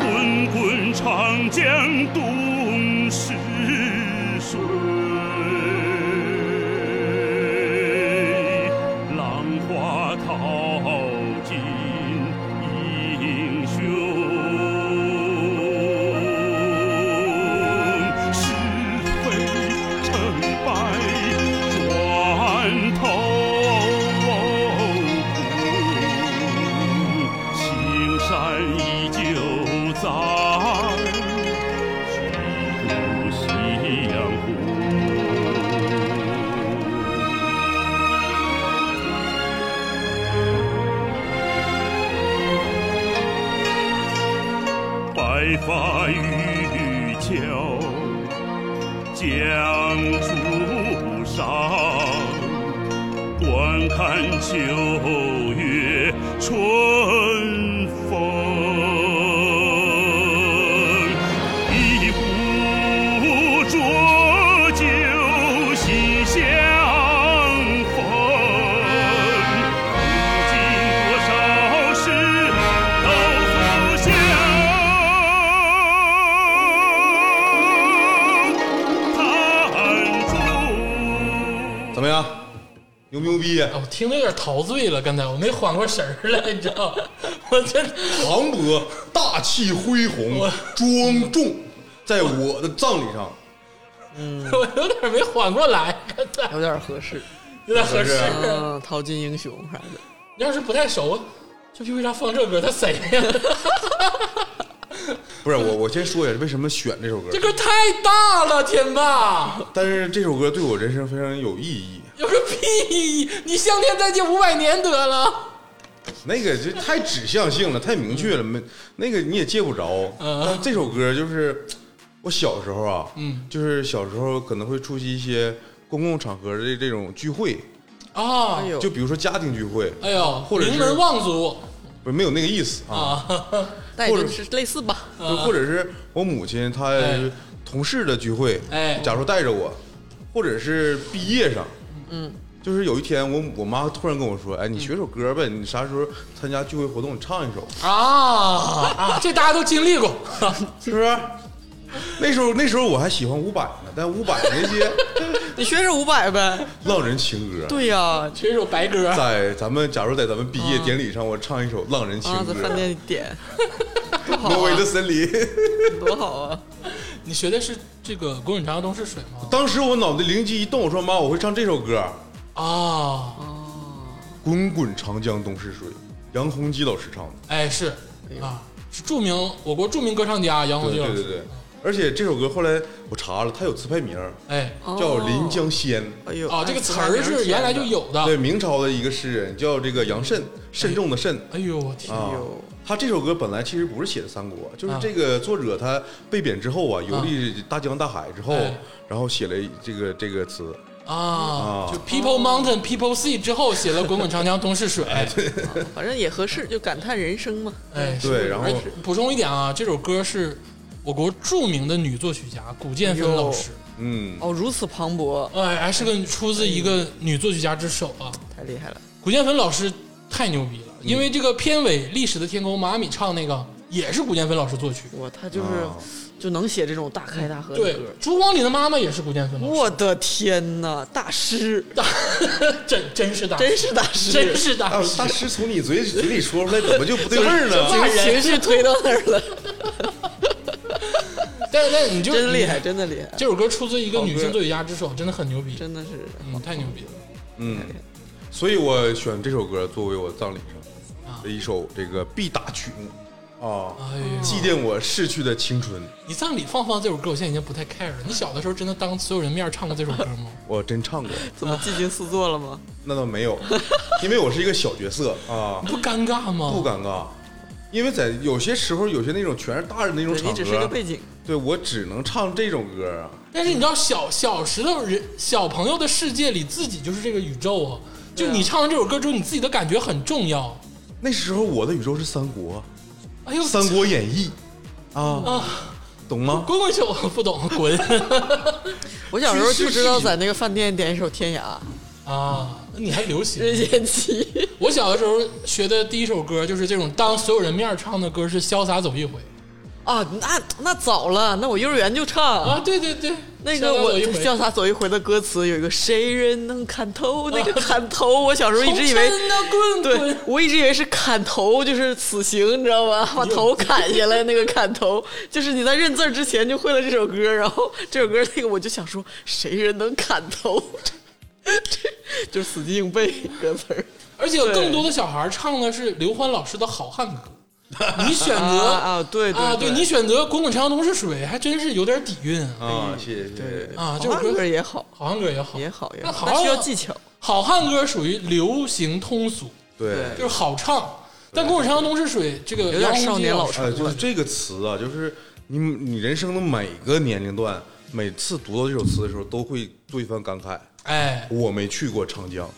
滚滚长江东逝水，浪花淘尽英雄。是非成败转头空。青山依旧在，举头夕阳红。白发渔樵，金江渚上。观看秋月春风，一壶浊酒喜相逢。不知多少事都付相叹处。怎么样？牛不牛逼？啊我听得有点陶醉了，刚才我没缓过神儿来，你知道吗？ 我真的磅礴、大气、恢宏、庄重，在我的葬礼上我有点没缓过来，刚才有点合适。有点合适。啊嗯，淘金英雄啥的，你要是不太熟，这为啥放这歌？他谁呀？不是我，我先说一下为什么选这首歌这。歌太大了，天霸但是这首歌对我人生非常有意义。有个屁！你向天再借五百年得了。那个就太指向性了，太明确了，嗯没那个你也借不着。但这首歌就是我小时候啊，嗯，就是小时候可能会出席一些公共场合的这种聚会，啊，哎呦就比如说家庭聚会，哎呦，或者是名门望族不是没有那个意思啊，啊，但也就是类似吧。嗯就或者是我母亲她哎同事的聚会，哎假如带着我，或者是毕业上，嗯，就是有一天我我妈突然跟我说，哎，你学首歌呗，你啥时候参加聚会活动你唱一首，啊啊，这大家都经历过。 是不是？那时候那时候我还喜欢伍佰呢，但伍佰那些你学是五百呗？浪人情歌， 对呀、啊嗯这首白歌，在咱们假如在咱们毕业典礼上，我唱一首《浪人情啊，歌在》，饭店点，挪威的森林。啊多好啊！你学的是这个“滚滚长江东逝水”吗？当时我脑袋灵机一动，我说妈，我会唱这首歌，啊， 《滚滚长江东逝水》，杨洪基老师唱的。哎是啊，是著名我国著名歌唱家杨洪基对老对师。对对，而且这首歌后来我查了，它有自拍名儿，哎，叫《临江仙哦哎呦，啊，这个词儿是原来就有的。》，对，明朝的一个诗人叫这个杨慎，慎重的慎。哎呦我天，啊呦，他这首歌本来其实不是写的三国，就是啊这个作者他被贬之后啊，游历大江大海之后哎，然后写了这个这个词。啊啊，就 People Mountain People Sea 之后写了《滚滚长江东逝水》。 反正也合适，就感叹人生嘛。哎，是对，然后而且补充一点啊，这首歌是我国著名的女作曲家古建芬老师，嗯，哎哦，如此磅礴，哎，还是个出自一个女作曲家之手啊。太厉害了。古建芬老师太牛逼了，因为这个片尾《历史的天空》，马米唱那个也是古建芬老师作曲。哇，他就是、啊就能写这种大开大合的对，歌。 《烛光里的妈妈》也是古建芬老师，我的天哪，大师，真真是大师，真是大师，真是大大师，啊大师从你嘴嘴里说出来，怎么就不对味儿怎 呢？么情情绪推到那儿了，但但你就真厉害，真的厉害，这首歌出自一个女性作曲家之手，真的很牛逼，真的是嗯，太牛逼了。嗯， 所以我选这首歌作为我葬礼上的一首这个必打曲目啊，哎呦，祭奠我逝去的青春。你葬礼放放这首歌，我现在已经不太 care 了。你小的时候真的当所有人面唱过这首歌吗？我真唱过，怎么技惊四座了吗？ 那倒没有，因为我是一个小角色 啊。不尴尬吗？不尴尬，因为在有些时候，有些那种全是大人的那种对场你合，只是个背景，对我只能唱这种歌啊。但是你知道小小时候人小朋友的世界里，自己就是这个宇宙啊。就你唱完这首歌之后，你自己的感觉很重要。那时候我的宇宙是三国，哎呦， 《三国演义》啊，啊，懂吗？滚滚球，不懂，滚我小时候就知道在那个饭店点一首《天涯啊！你还流》，任行？贤齐。我小的时候学的第一首歌就是这种当所有人面唱的歌，是《潇洒走一回》啊，那那早了，那我幼儿园就唱啊！对对对，那潇个洒我走一回潇洒走一回的歌词有一个谁人能砍头？那个砍头，我小时候一直以为啊红尘啊滚对滚，我一直以为是砍头，就是死刑，你知道吗？把头砍下来，那个砍头，就是你在认字儿之前就会了这首歌，然后这首歌那个我就想说，谁人能砍头？ 这就是死记硬背歌词儿而且有更多的小孩唱的是刘欢老师的 好汉歌。你选择啊啊对对啊，对对你选择《滚滚长江东逝水》，还真是有点底蕴哎啊。啊，谢谢谢谢。啊，好这首汉歌歌也好，好汉歌也好，也好也那好，好但需要汉技巧。好汉歌属于流行通俗，就对，是好唱。但《滚滚长江东逝水》这个有点杨洪基呃少年老师成哎，就是这个词啊，就是你你人生的每个年龄段，每次读到这首词的时候，都会做一番感慨。哎，我没去过长江，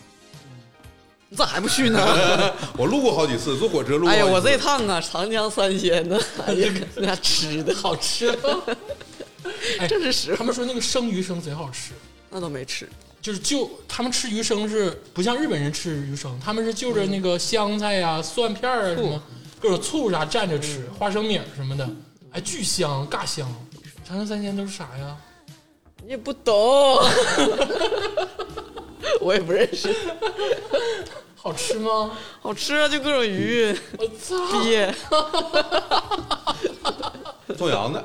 你咋还不 去呢？ 我路过好几次，坐火车路过好哎几次。呀，我这趟啊，长江三鲜呢，哎 呀，那吃的好吃。 哎，这是实他话，们说那个生鱼生贼好吃，那都没吃。就是就他们吃鱼生是不像日本人吃鱼生，他们是就着那个香菜呀、蒜片儿啊什么各种嗯醋嗯啥蘸着吃，花生米儿什么的，哎，巨香，尬香。 长江三鲜都是啥呀？你也不懂， 我也不认识。好吃吗？好吃啊，就各种鱼、我操！鳖，壮阳 的，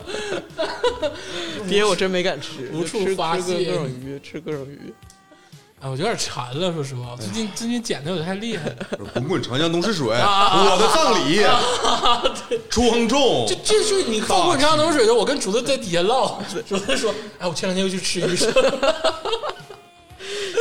鳖我真没敢吃，无处就吃发吃泄各种鱼，吃各种鱼。哎，我有点馋了，说实话，最近最近减的有点太厉害了。啊滚滚长江东逝水，哎啊我的葬礼， 庄重这。这是你放滚长冷水的，我跟竹子在底下唠，竹子 说：“哎，我前两天又去吃鱼生。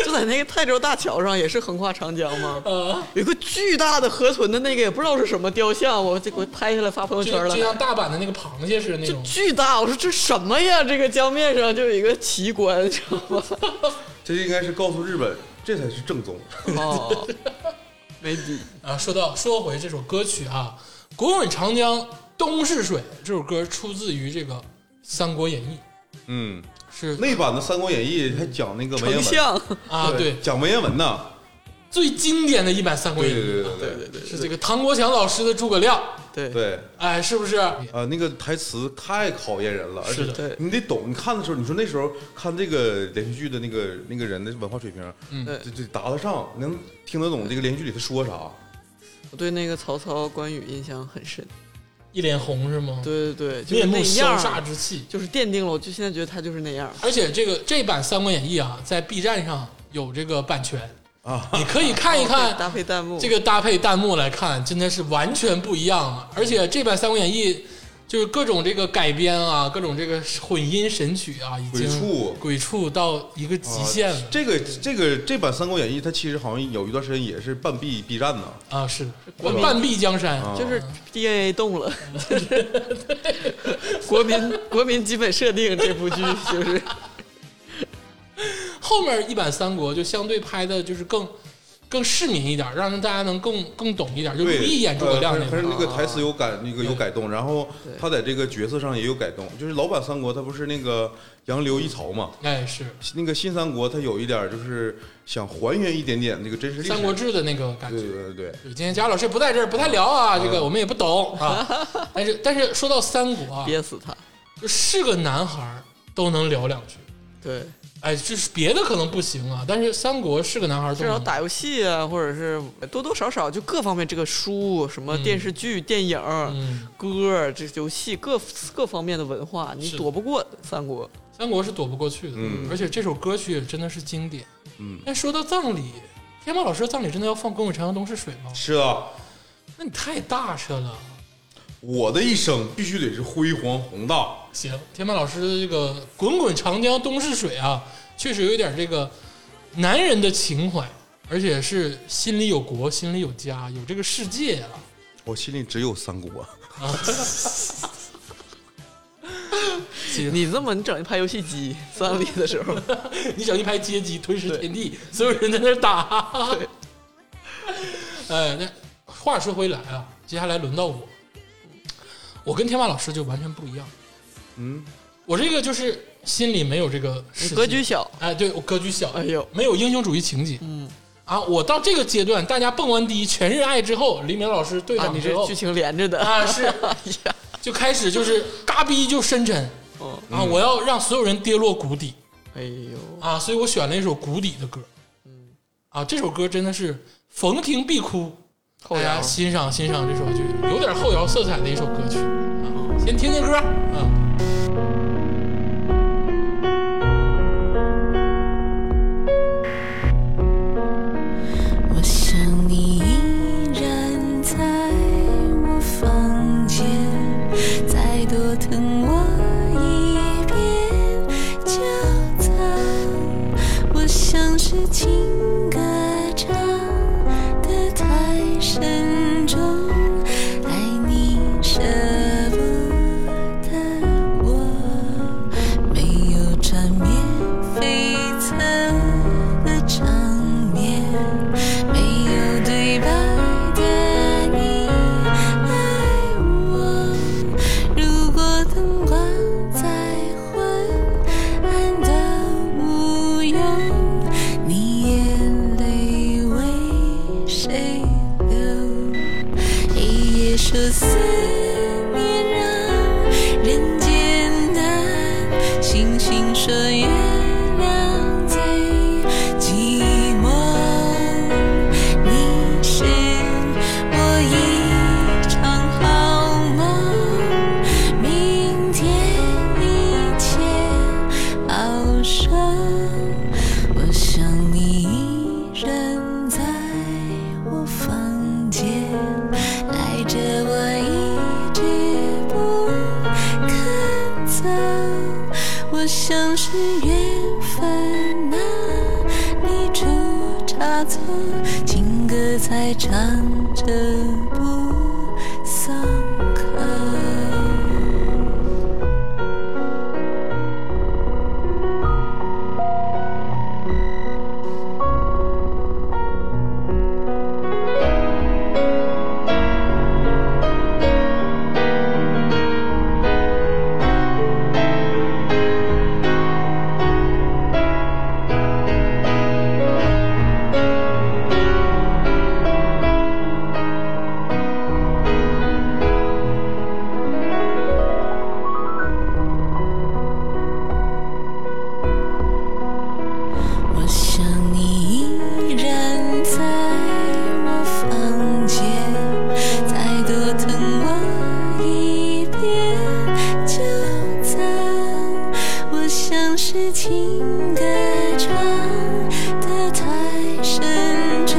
就在那个泰州大桥上，也是横跨长江嘛，啊有一个巨大的河豚的那个，也不知道是什么雕像，我这给我拍下来发朋友就圈了就。像大阪的那个螃蟹似的那就种。巨大，我说这什么呀？这个江 面上就有一个奇观，知道吗？ 这应该是告诉日本，这才是正宗。哦，没底。啊，说到说回这首歌曲啊，《滚滚长江东逝水》这首歌出自于这个《三国演义 嗯，》，是那版的《三国演义》还讲那个文丞言文相，啊，对，讲文言文呢。最经典的一版《三国对演义对》对对对对对对是这个唐国强老师的诸葛亮，对对，哎，是不是？啊，那个台词太考验人了，而是的且对你得懂。你看的时候，你说那时候看这个连续剧的那个那个人的文化水平，嗯对这这答得上，能听得懂这个连续剧里他说啥。我对那个曹操、关羽印象很深。一脸红是吗？，对对对，就是嗯面那目样萧儿煞，之气。就是奠定了我就现在觉得他就是那样儿。而且这个这版《三国演义》啊，在 B 站上有这个版权啊， 你可以看一哦对搭看，配弹幕，这个搭配弹幕来看，真的是完全不一样啊！而且这版《三国演义》就是各种这个改编啊，各种这个混音神曲啊，已鬼经畜鬼畜到一个极限了啊这个这个这版《三国演义》，它其实好像有一段时间也是半壁 B 站呢。啊！是的，我半壁江山，啊嗯就是 DNA 动了， 国民国民基本设定这部 剧就是后面一版三国就相对拍的就是更更市民一点，让大家能更更懂一点，就对，陆毅演诸葛亮那呃他是个啊那个台词有改，那个有改动，然后他在这个角色上也有改动。就是老版三国，他不是那个杨刘一曹嘛？哎，是《那个新三国，他有一点就是想还原一点点这个真实历史。三国志》的那个感觉对。对对对，对，今天贾老师不在这儿，不太聊啊，嗯这个我们也不 懂啊。但是但是说到三国啊，憋死他。就是个男孩儿都能聊两句，对，哎，就是别的可能不行啊，但是三国是个男孩儿都至少能。打游戏啊，或者是多多少少就各方面，这个书、什么电视剧、电影、嗯歌、这游戏各各方面的文化，你是躲不过三国。三国是躲不过去的，嗯而且这首歌曲也真的是经典。嗯但说到葬礼，天猫老师的葬礼真的要放《滚滚长江东逝水》吗？是啊，那你太大声了。我的一生必须得是辉煌宏大。行，天猫老师的这个《滚滚长江东逝水》啊，确实有一点这个男人的情怀，而且是心里有国，心里有家，有这个世界啊。我心里只有三国，行你这么你整一排游戏机，丧礼的时候， 你整一排街机吞噬天地，所有人在那儿打。呃，那话说回来啊，接下来轮到我，我跟天霸老师就完全不一样。嗯，我这个就是心里没有这个世你界格局，小，哎，对我格局小，哎呦没有英雄主义情节。嗯，啊，我到这个阶段，大家蹦完迪全热爱之后，黎明老师对啊，上你之这后剧情连着的。啊是哎呀，就开始就是嘎逼就深沉哦，啊，我要让所有人跌落谷底。哎呦，啊，所以我选了一首谷底的歌。嗯，啊，这首歌真的是逢听必哭，后大家摇欣赏欣赏这首就有点后摇色彩的一首歌曲啊。先听听歌啊。我想你依然在我房间，再多疼我一遍就藏。我像是情歌唱得太深重，爱你舍不得。我像是缘分啊，你出差错，情歌才唱着不松口。我想你依然在我房间，再多疼我一遍就走。我像是情歌唱得太慎重，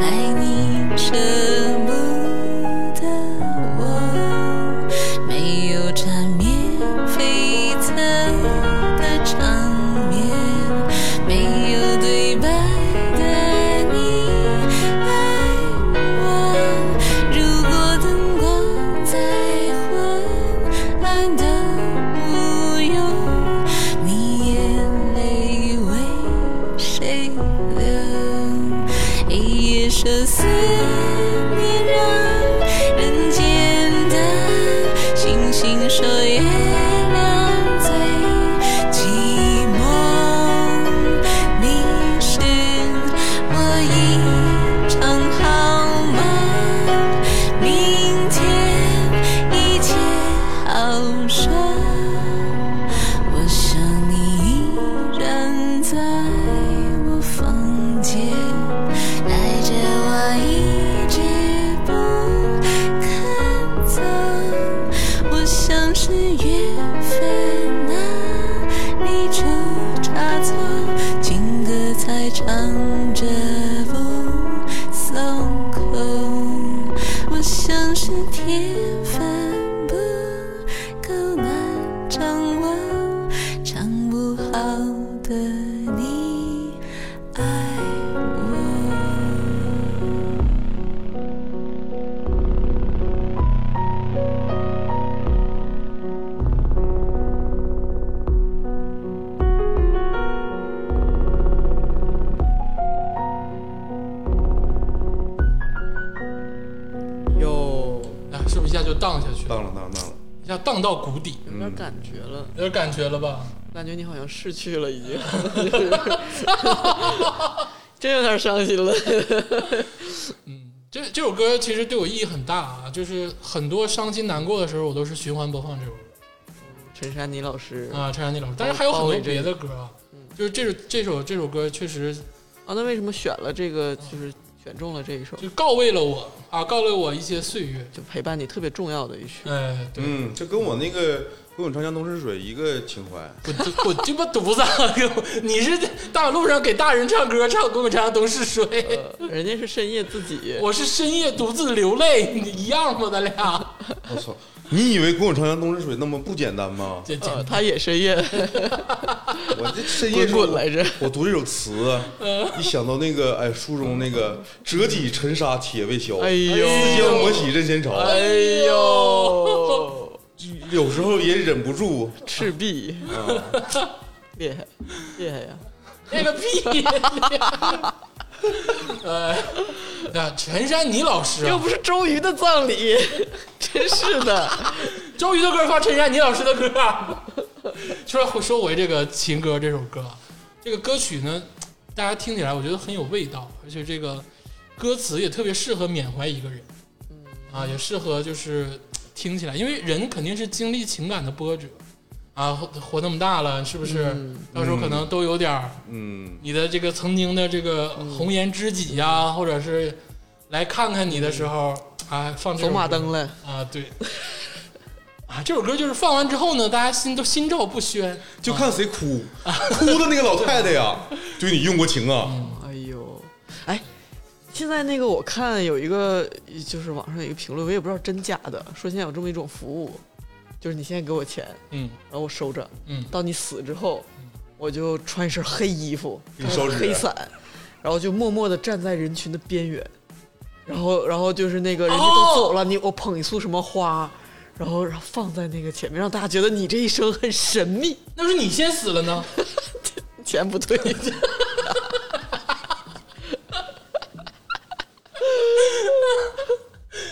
爱你舍不得我，没有缠绵悱恻的场面，没有对白的你爱我。如果灯光再昏暗都无用，你眼泪为谁流？一夜生思念让人简单，星星说月亮最寂寞，你是我一场好梦，明天一切好说。我想你依然在我房间，带着我一直不肯走。我像是缘分啊，你出差错，情歌才唱着不松口。我像是天分不够难掌握，唱不好的你爱我。有啊，是不是一下就荡下去了？当了当了当了，一下荡到谷底，有点感觉了，有点感觉了吧？ 感觉你好像逝去了，已经，真有点伤 心了。嗯这这首歌其实对我意义很大啊，就是很多伤心难过的时候，我都是循环播放这首歌。陈珊妮老师啊，啊，陈珊妮老师，但是还有很包多围这别个嗯的歌啊，就是这首这首这首歌确实啊那为什么选了这个？就是选中了这一首，就告慰了我啊，告慰我一些岁月。就陪伴你特别重要的一曲。哎，对，嗯，这跟我那个《滚滚长江东逝水》一个情怀。滚滚鸡巴犊子！你是大马路上给大人唱歌，唱《滚滚长江东逝水》呃，人家是深夜自己，我是深夜独自流泪，你一样吗？咱俩 我操！你以为《滚滚长江东逝水》那么不简单吗？简简呃，他也深夜，我这深夜滚时候滚来着。我读这首词，一想到那个哎书中那个“折戟沉沙铁未消，哎呦思乡莫喜任前朝”，哎哦呦，有时候也忍不住。啊赤壁，厉害，厉害呀！那个屁！ 呃，啊，陈珊妮老师、又啊，不是周瑜的葬礼， 真是的。 周瑜的歌放陈珊妮老师的歌、啊。说说回这个情歌这首歌啊，这个歌曲呢，大家听起来我觉得很有味道，而且这个歌词也特别适合缅怀一个人，啊，也适合就是听起来，因为人肯定是经历情感的波折啊，活活那么大了，是不是？到时候可能都有点儿。嗯，你的这个曾经的这个嗯红颜知己呀、或者是来看看你的时候，啊，放这走首歌马灯了，啊，对， 啊，这首歌就是放完之后呢，大家心都心照不宣，就看谁哭，哭的那个老太太呀，对你用过情啊。哎呦，哎，现在那个我看有一个，就是网上有一个评论，我也不知道真假的，说现在有这么一种服务，就是你现在给我钱，嗯然后我收着，嗯到你死之后，我就穿一身黑衣服，用烧纸黑伞，然后就默默的站在人群的边缘，然后然后就是那个人家都走哦了，你我捧一束什么花，然后然后放在那个前面，让大家觉得你这一生很神秘，那是你先死了 呢？钱不退。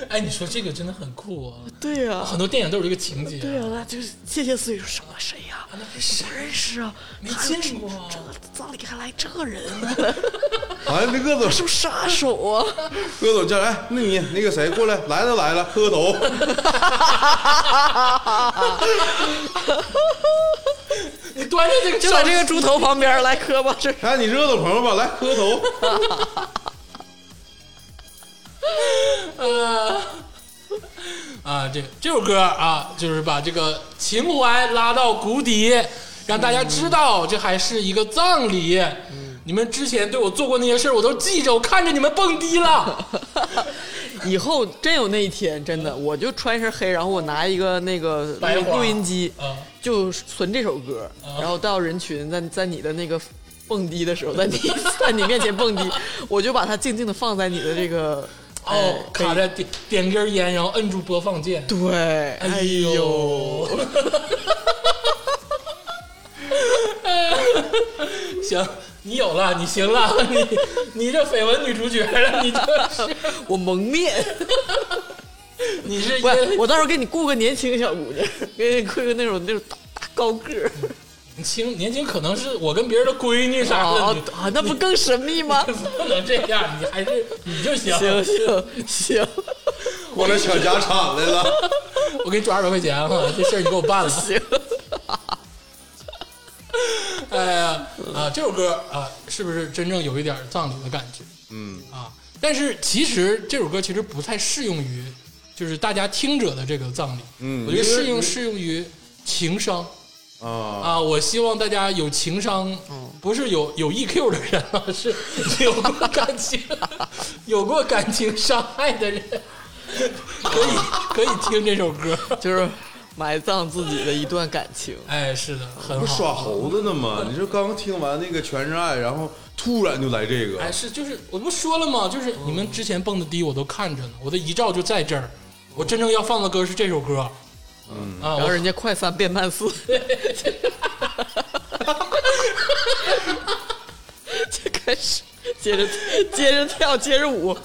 哎，你说这个真的很酷啊！对呀、很多电影都有这个情节。对呀、那就是谢谢思雨说什么谁呀、那是不认识啊，没哪有见过这这葬礼还来这人呢、啊，那鄂总是不是杀手啊？鄂总叫哎，那你那个谁过来，来了来了，喝个头。你端着这个就在这个上猪头旁边，来磕吧，这哎，你是鄂总朋友吧？来喝个头。呃啊，这这首歌啊，就是把这个情怀拉到谷底，让大家知道这还是一个葬礼。嗯你们之前对我做过那些事儿，我都记着，我看着你们蹦迪了。 以后真有那一天，真的，我就穿一身黑，然后我拿一个那个白花录音机，啊，就存这首歌，然后到人群在在你的那个蹦迪的时候，在你 在你面前蹦 迪，我就把它静静的放在你的这个哎哦，可以卡着点点根烟，然后摁住播放键。对，哎呦，行，你有了，你行了， 你你这绯闻女主角了，你这是 我蒙面， 你是不是，因为我到时候给你雇个年轻小姑娘， 给你雇一个那种那种大大高个儿，年轻年轻，可能是我跟别人的闺女啥的，啊你啊，那不更神秘吗？ 不能这样，你还是你就行。行行行过来抢家产来了， 我给你转二百块钱啊，这事儿你给我办了。行， 哎呀啊，这首歌啊，是不是真正有一点葬礼的感觉？嗯啊，但是其实这首歌其实不太适用于，就是大家听者的这个葬礼。嗯我觉得适因用为适用于情商啊，啊。我希望大家有情商，不是有有 EQ 的人啊，是有过感情、有过感情伤害的人，可以可以听这首歌。就是埋葬自己的一段感情。 哎，是的，很不是好。耍猴子呢吗？你这刚听完那个《全是爱》，然后突然就来这个，哎，是就是我不说了吗？就是你们之前蹦的迪我都看着呢，我的遗照就在这儿。我真正要放的歌是这首歌。嗯啊，然我后人家快三变慢四，就开始接着接着跳，接着舞，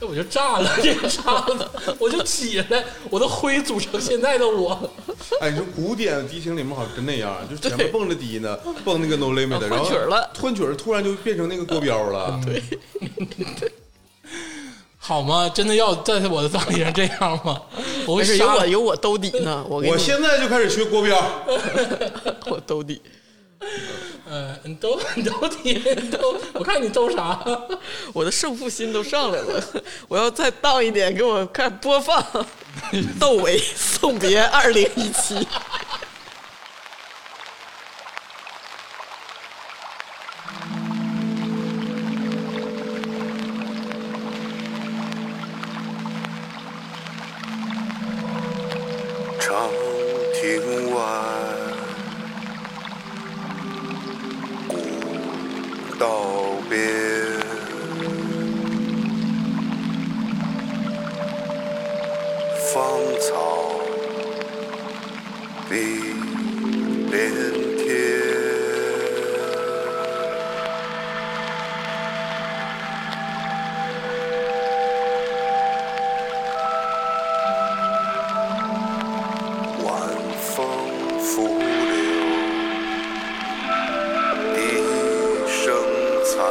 这 我就炸了，这个炸了，我就起来，我的灰组成现在的我。 哎，你说古典迪厅里面好像真那样，啊就是前对面蹦着迪呢，蹦那个 No Limit，的啊然后换曲儿了换曲儿突然就变成那个国标了。对，好吗？真的要在我的葬礼上这样吗？我会没事，杀有我了有我兜底呢，我给我你现在就开始学国标，我兜底，呃，你都 你都你都，我看你都啥？ 我的胜负心都上来了，我要再荡一点，给我看播 放《窦唯送别二零一七》。长亭外，古道边，芳草碧连天。晚风拂柳，笛声残，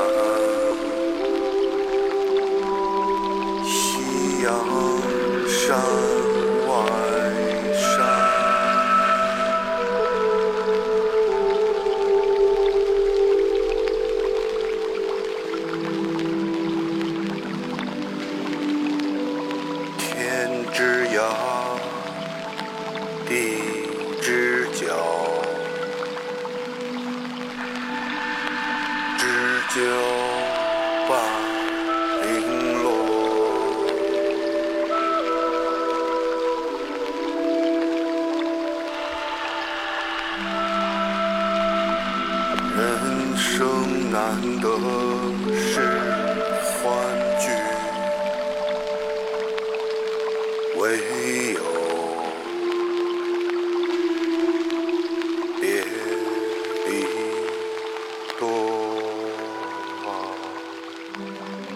夕阳山外山，天之涯。地之角，知交半零落。人生难得是欢聚，唯有别离多忙。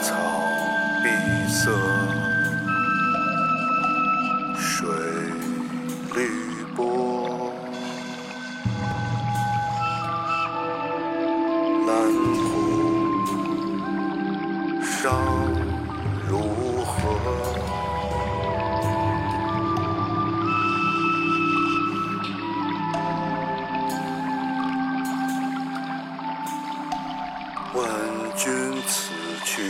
草碧色，水绿波，南湖伤如何？问君此去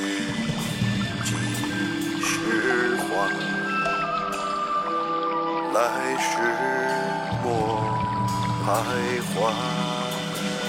几时还？来时莫徘徊。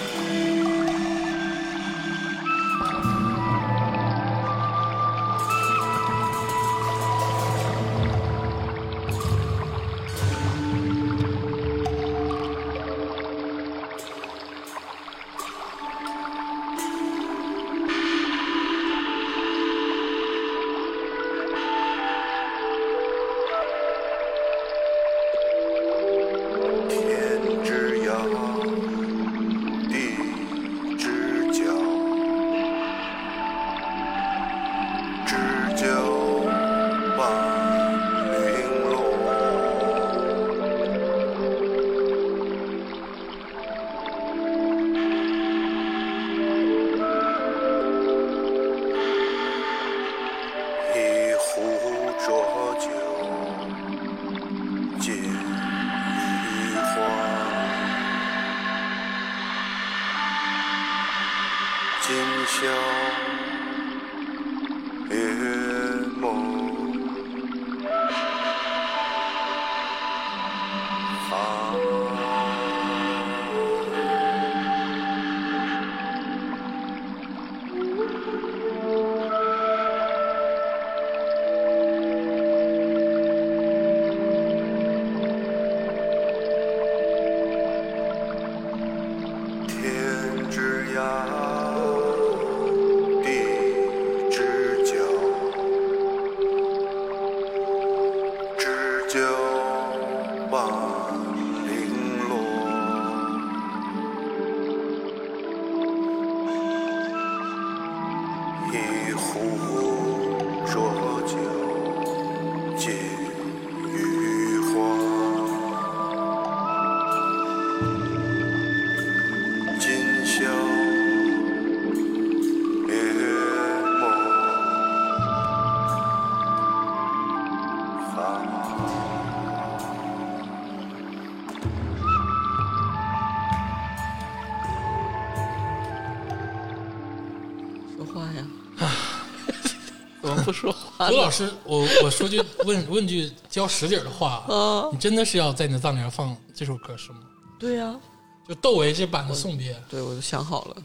天之涯，地之角，知交半零落。一壶浊酒，尽余欢。今宵别梦，寒。天之涯，地之角，知交半零落。一壶浊酒，尽余欢。今宵别梦寒。说话呀，怎么不说话吴了？老师，我我说句问问句教实底儿的话，啊你真的是要在你的葬礼上放这首歌是吗？对啊呀、就窦唯这版的送别，对我都想好了，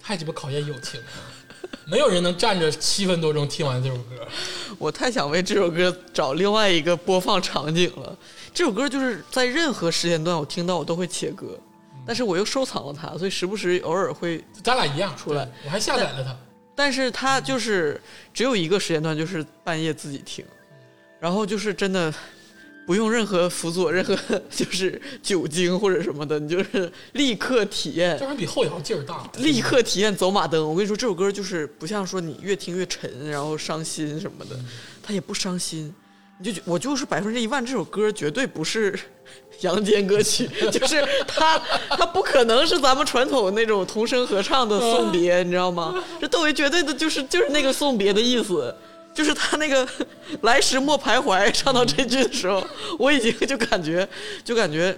太鸡巴考验友 情了，没有人能站着七分多钟听完这首歌。我太想为这首歌找另外一个播放场景了。这首歌就是在任何时间段我听到我都会切歌，但是我又收藏了它，所以时不时偶尔会嗯咱俩一样出来对我还下载了它。但是它就是只有一个时间段，就是半夜自己听，嗯然后就是真的不用任何辅佐，任何 就是酒精或者什么的，你就是立刻体验这，还比后摇劲儿大。立刻体验走马灯。我跟你说，这首歌就是不像说你越听越沉，然后伤心什么的，它也不伤心，你就觉我就是百分之一万，这首歌绝对不是 阳间歌曲， 就是它它不可能是咱们传统那种童声合唱的送别，你知道吗？这窦唯绝对的就是就是那个送别的意思。就是他那个来时莫徘徊唱到这句的时候，我已经就感觉就感觉，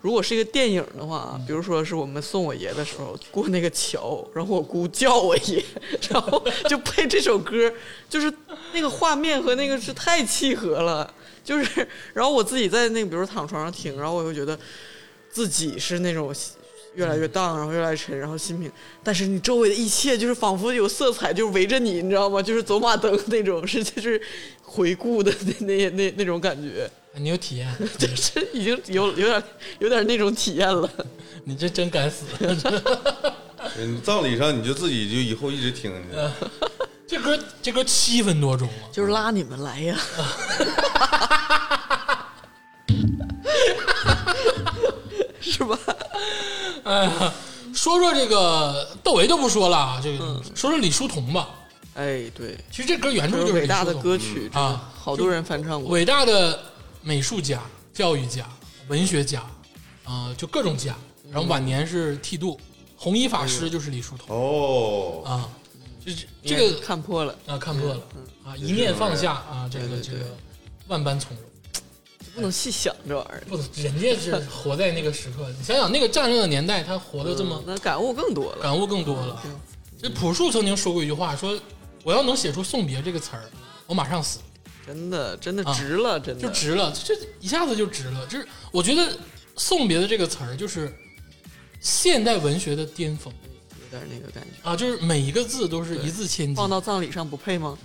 如果是一个电影的话，啊比如说是我们送我爷的时候过那个桥，然后我姑叫我爷，然后就配这首歌，就是那个画面和那个是太契合了。就是，然后我自己在那个，比如躺床上听，然后我又觉得自己是那种越来越嗯荡，然后越来越沉，然后心平，但是你周围的一切就是仿佛有色彩，就是围着你，你知道吗？就是走马灯那种，是 就是回顾的那那那那种感觉，你有体验， 就是已经有有点有点那种体验了。 你这真敢死！ 你嗯葬礼上你就自己就以后一直听去。这歌这歌七分多钟啊，就是拉你们来呀！是吧？哎说说这个窦唯就不说了，啊，这个说说李叔同吧。嗯哎，对，其实这歌原这著就是是伟大的李叔同歌曲真的啊 好多人翻唱过。伟大的美术家、教育家、文学家，啊、就各种家。嗯然后晚年是剃度，红衣法师就是李叔同哦，啊，这这这你也个看破了，嗯啊看破了啊，一念放下啊，这个这个万般从容。不能细想这玩意儿。不，人家是活在那个时刻，你想想那个战争的年代，他活得这么嗯那感悟更多了。感悟更多了。这朴树曾经说过一句话，说我要能写出“送别”这个词儿，我马上死。真的，真的啊值了，真的就值了，这一下子就值了。就是我觉得“送别”的这个词儿，就是现代文学的巅峰有点那个感觉。啊！就是每一个字都是一字千金放。到葬礼上不配吗？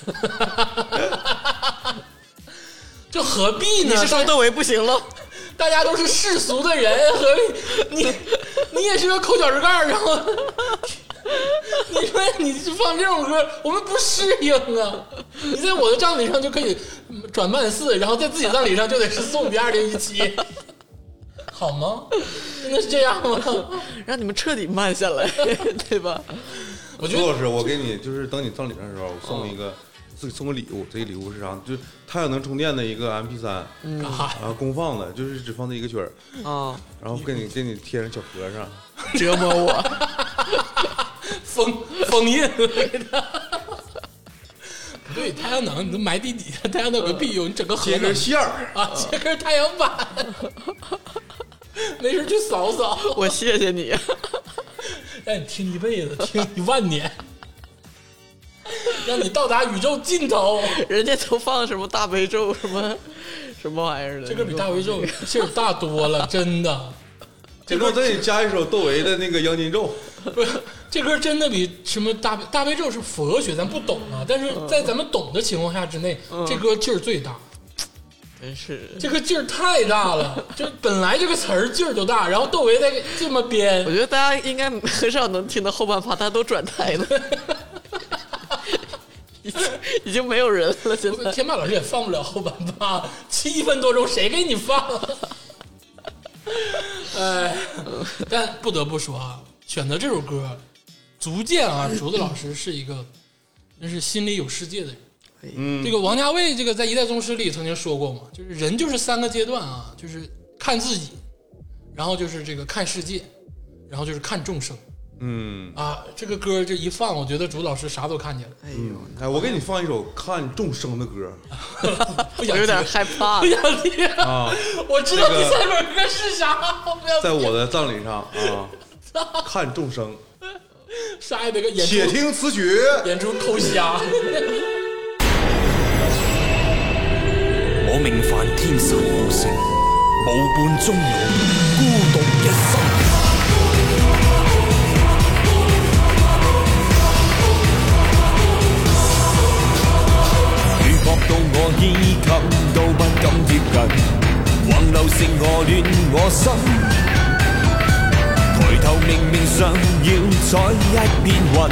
这何必你呢？是说窦唯不行了？ 大家都是世俗的人，何必你你也是个抠脚趾盖儿，然后 你说你放这种歌，我们不适应啊！你在我的葬礼上就可以转慢四，然后在自己葬礼上就得是送别二零 一七，好吗？真的是这样吗？ 让你们彻底慢下来，对吧？我觉朱得老师，我给你就是等你葬礼上的时候，我送一个，自己送个礼物。这个礼物是啥？就是太阳能充电的一个 MP 三，干啥呀？然后公放的，就是只放这一个曲儿，啊，然后给你给你贴上小盒上。折磨我， 封封印给他。不 对，太阳能你都埋地底下，太阳能有个屁用？你整个核接能根线儿，啊， 接根太阳板， 没事去扫扫。 我谢谢你。 让你听一辈子，听一万年，让你到达宇宙尽头。人家都放什么大悲咒，什么什么玩意儿的，这个比大悲咒劲儿大 多了，真的。这给我再给你加一首窦唯的那个《央金咒》， 不是，这歌真的比什么大悲大悲咒是佛学，咱不懂啊。但是嗯在咱们懂的情况下之内，这歌劲儿最大，真是。这个劲儿太 大了。就本来这个词儿劲儿就大，然后窦唯再给这么编我，觉得大家应该很少能听到后半趴，大家都转台 了，已经已经没有人了。现在天霸老师也放不了后半趴，啊七分多钟谁给你放啊？哎， 但不得不说啊，选择这首歌，足见啊，竹子老师是一个真是心里有世界的人。嗯这个王家卫这个在《一代宗师》里曾经说过嘛，就是人就是三个阶段啊，就是看自己，然后就是这个看世界，然后就是看众生嗯，啊。这个歌这一放，我觉得竹子老师啥都看见了，哎呦，哎，我给你放一首看众生的歌不我想有点听害怕 不。想听。啊，我知道这第个三首歌是啥，我不要 在我的葬礼上啊，看众生，啥也别跟演且出听此曲。演出抠 瞎。我命犯天神无情，無伴終老，孤獨一生。雨撲到我衣襟，都不敢貼近，橫流成河亂我心。抬頭明明想要採一片雲，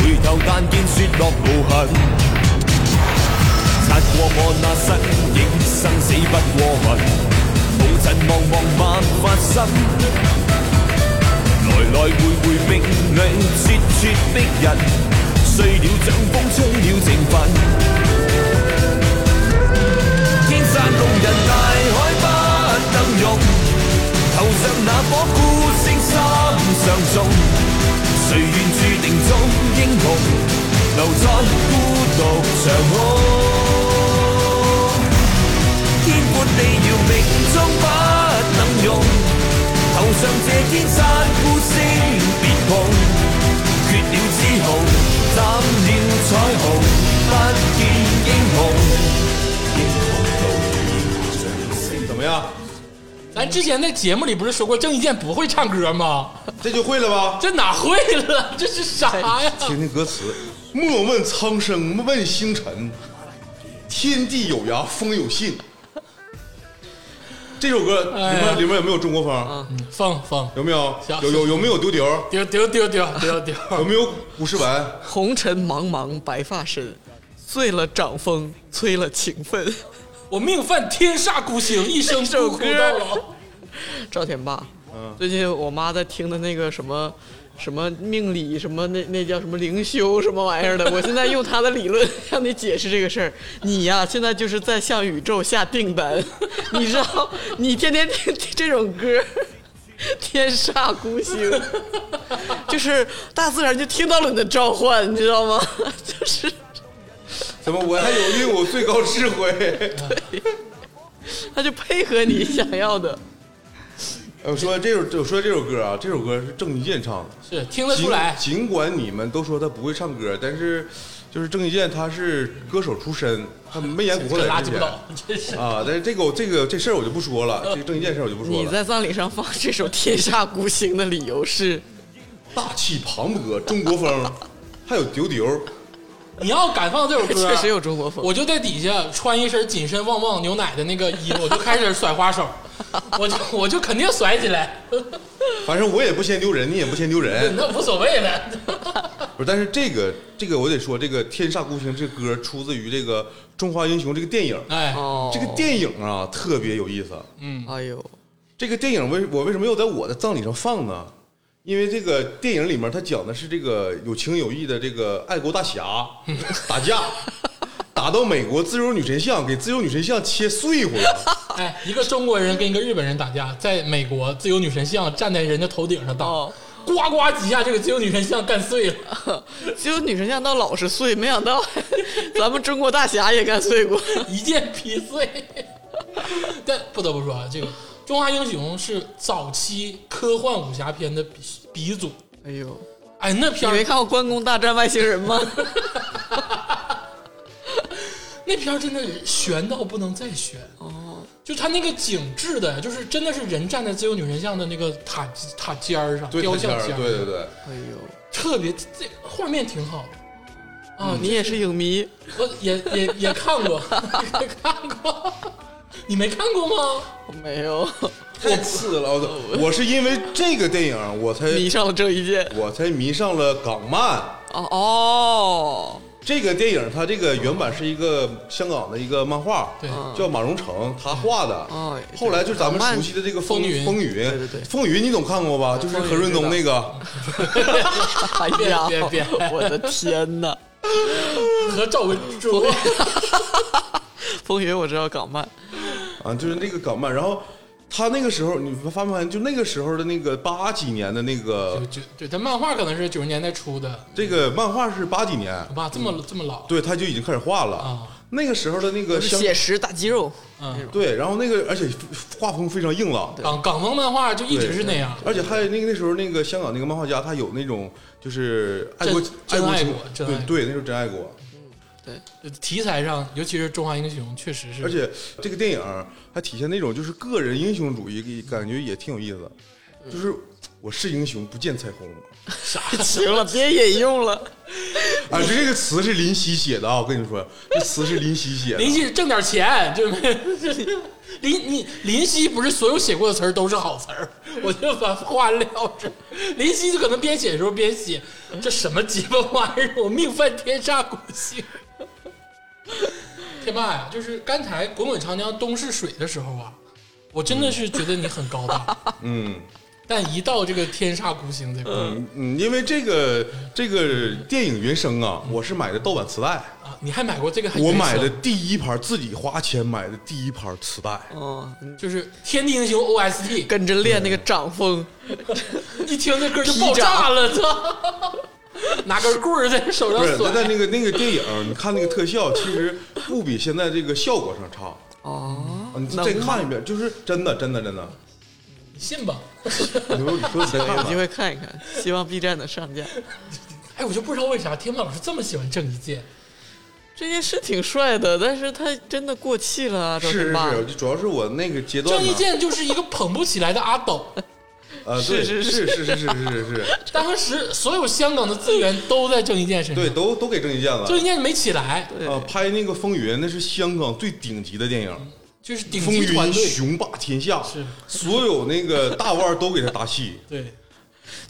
回頭但見雪落無痕。擦過我那身影，生死不過問，無塵茫茫萬法身。來來回回命裏咄咄逼人，碎了掌風，吹了情份。唱中，誰願注定做英雄，留在孤獨長空。天闊地遙，命中不能容。頭上這天山孤星別碰，缺了紫紅，斬了彩虹，不見英雄。怎么样？咱之前在节目里不是说过郑伊健不会唱歌吗？这就会了吧？这哪会了？这是啥呀？听听歌词：莫问苍生问星辰，天地有涯风有信。这首歌里哎呀面里面有没有中国风？放放有没有行？有有有没有丢丢？丢丢丢丢丢丢，有没有古诗文？红尘茫茫白发深，醉了掌风，摧了情分。我命犯天煞孤星，一生这首孤苦歌到老。赵天霸，最近我妈在听的那个什么什么命理什么那那叫什么灵修什么玩意儿的，我现在用她的理论向你解释这个事儿。你呀、现在就是在向宇宙下订单， 你知道，你天天听这种歌。天煞孤星，就是大自然就听到了你的召唤，你知道吗？就是怎么我还有运我最 高智慧？它就配合你想要的。哎我说这首，我说这首歌啊，这首歌是郑伊健唱的。是听得尽出来，尽管你们都说他不会唱歌，但是就是郑伊健他是歌手出身，他没演《古惑这仔垃》之圾不前倒，真是啊。但是这个我这个这事儿我就不说了，这个郑伊健事儿我就不说你了。在葬礼上放这首《天煞孤星》的理由是？大气磅礴，中国风，还有丢 丢， 你要敢放这首歌，啊确实有中国风我就在底下穿一身紧身旺旺牛奶的那个衣服，我就开始甩花手，我就我就肯定甩起来，反正我也不嫌丢人，你也不嫌丢人。那无所谓了。不是，但是这个这个我得说，这个《天煞孤星》这歌出自于这个《中华英雄》这个电影。哎，哦，这个电影啊特别有意思。哎呦，这个电影为我为什么要在我的葬礼上放呢？因为这个电影里面它讲的是这个有情有义的这个爱国大侠打架，打到美国自由女神像，给自由女神像切碎乎了。哎，一个中国人跟一个日本人打架，在美国自由女神像站在人家头顶上打，哦呱呱几下，这个自由女神像干碎了。 只有女神像到老十岁，没想到 咱们中国大侠也干碎过。 一剑劈碎。 但不得不说啊，这个《中华英雄》是早期科幻武侠片的鼻鼻祖。哎呦，哎，那你片没儿看过《关公大战外星人》吗？ 那片儿真的是悬到不能再悬哦，就他那个景致的，就是真的是人站在自由女神像的那个塔塔尖儿上，对，雕像他尖尖儿儿对对对，哎呦，特别这画面挺好的啊，嗯你也是影迷，我也也也看过，也看过，你没看过吗？没有太次了！我操 哦我是因为这个电影我才迷上了郑伊健。我才迷上了港漫。哦哦，这个电影它这个原版是一个香港的一个漫画，对叫马荣成，他画的。哦后来就是咱们嗯港漫熟悉的这个风云风云，对对风云你总看过吧？就是何润东那个，哎呀，别别别我的天哪！和赵文卓。风云我知道港漫，啊，就是那个港漫。然后他那个时候，你发没发现，就那个时候的那个八几年的那个就就对，他漫画可能是九十年代出的，这个漫画是八几年，哇，这么这么老，对，他就已经开始画了。啊那个时候的那个香写实大肌肉，嗯，对，然后那个而且画风非常硬朗，港港风漫画啊就一直是那样，而且还有那个那时候那个香港那个漫画家，他有那种就是爱国真爱真国爱情国真爱对国对，那时候真爱国。题材上，尤其是中华英雄，确实是，而且这个电影还体现那种就是个人英雄主义，感觉也挺有意思。就是我是英雄，不见彩虹。 行了，别引用了。啊，就这个词是林夕写的啊！我跟你说，这词是林夕写的。林夕挣点钱，这 林你林夕不是所有写过的词儿都是好词儿，我就把话撂这儿。林夕就可能边写的时候边写，这什么鸡巴玩意儿，我命犯天煞孤星。 天霸呀，就是刚才 滚滚长江东逝水的时候啊，我真的是觉得你很高大，嗯，但一到这个天煞孤星这块儿嗯嗯，因为这个这个电影原声啊，我是买的盗版磁带，啊，你还买过这个？还我原买的声第一盘自己花钱买的第一盘磁带，哦，就是《天地英雄》OST，跟着练那个掌风， 一听这歌就爆炸了，操！ 拿根棍儿在手不上是，甩，但那个那个电影，你看那个特效，其实不比现在这个效果上差。哦，你再看一遍，就是真的，真的，真的。你信吧？你说你说你再看有机看，会看一看，希望 B 站能上架。哎，我就不知道为啥天霸老师这么喜欢郑伊健，这件事挺帅的，但是他真的过气了啊，赵是天是霸。是，主要是我那个阶段郑伊呢，健就是一个捧不起来的阿斗。啊，对，是是是是是是是是是，当时所有香港的资源都在郑伊健身上，对，都都给郑伊健了郑。伊健没起来，啊，拍那个《风云》，那是香港最顶级的电影，就是《顶风级云团》队。雄霸天下是，所有那个大腕儿都给他搭戏。对，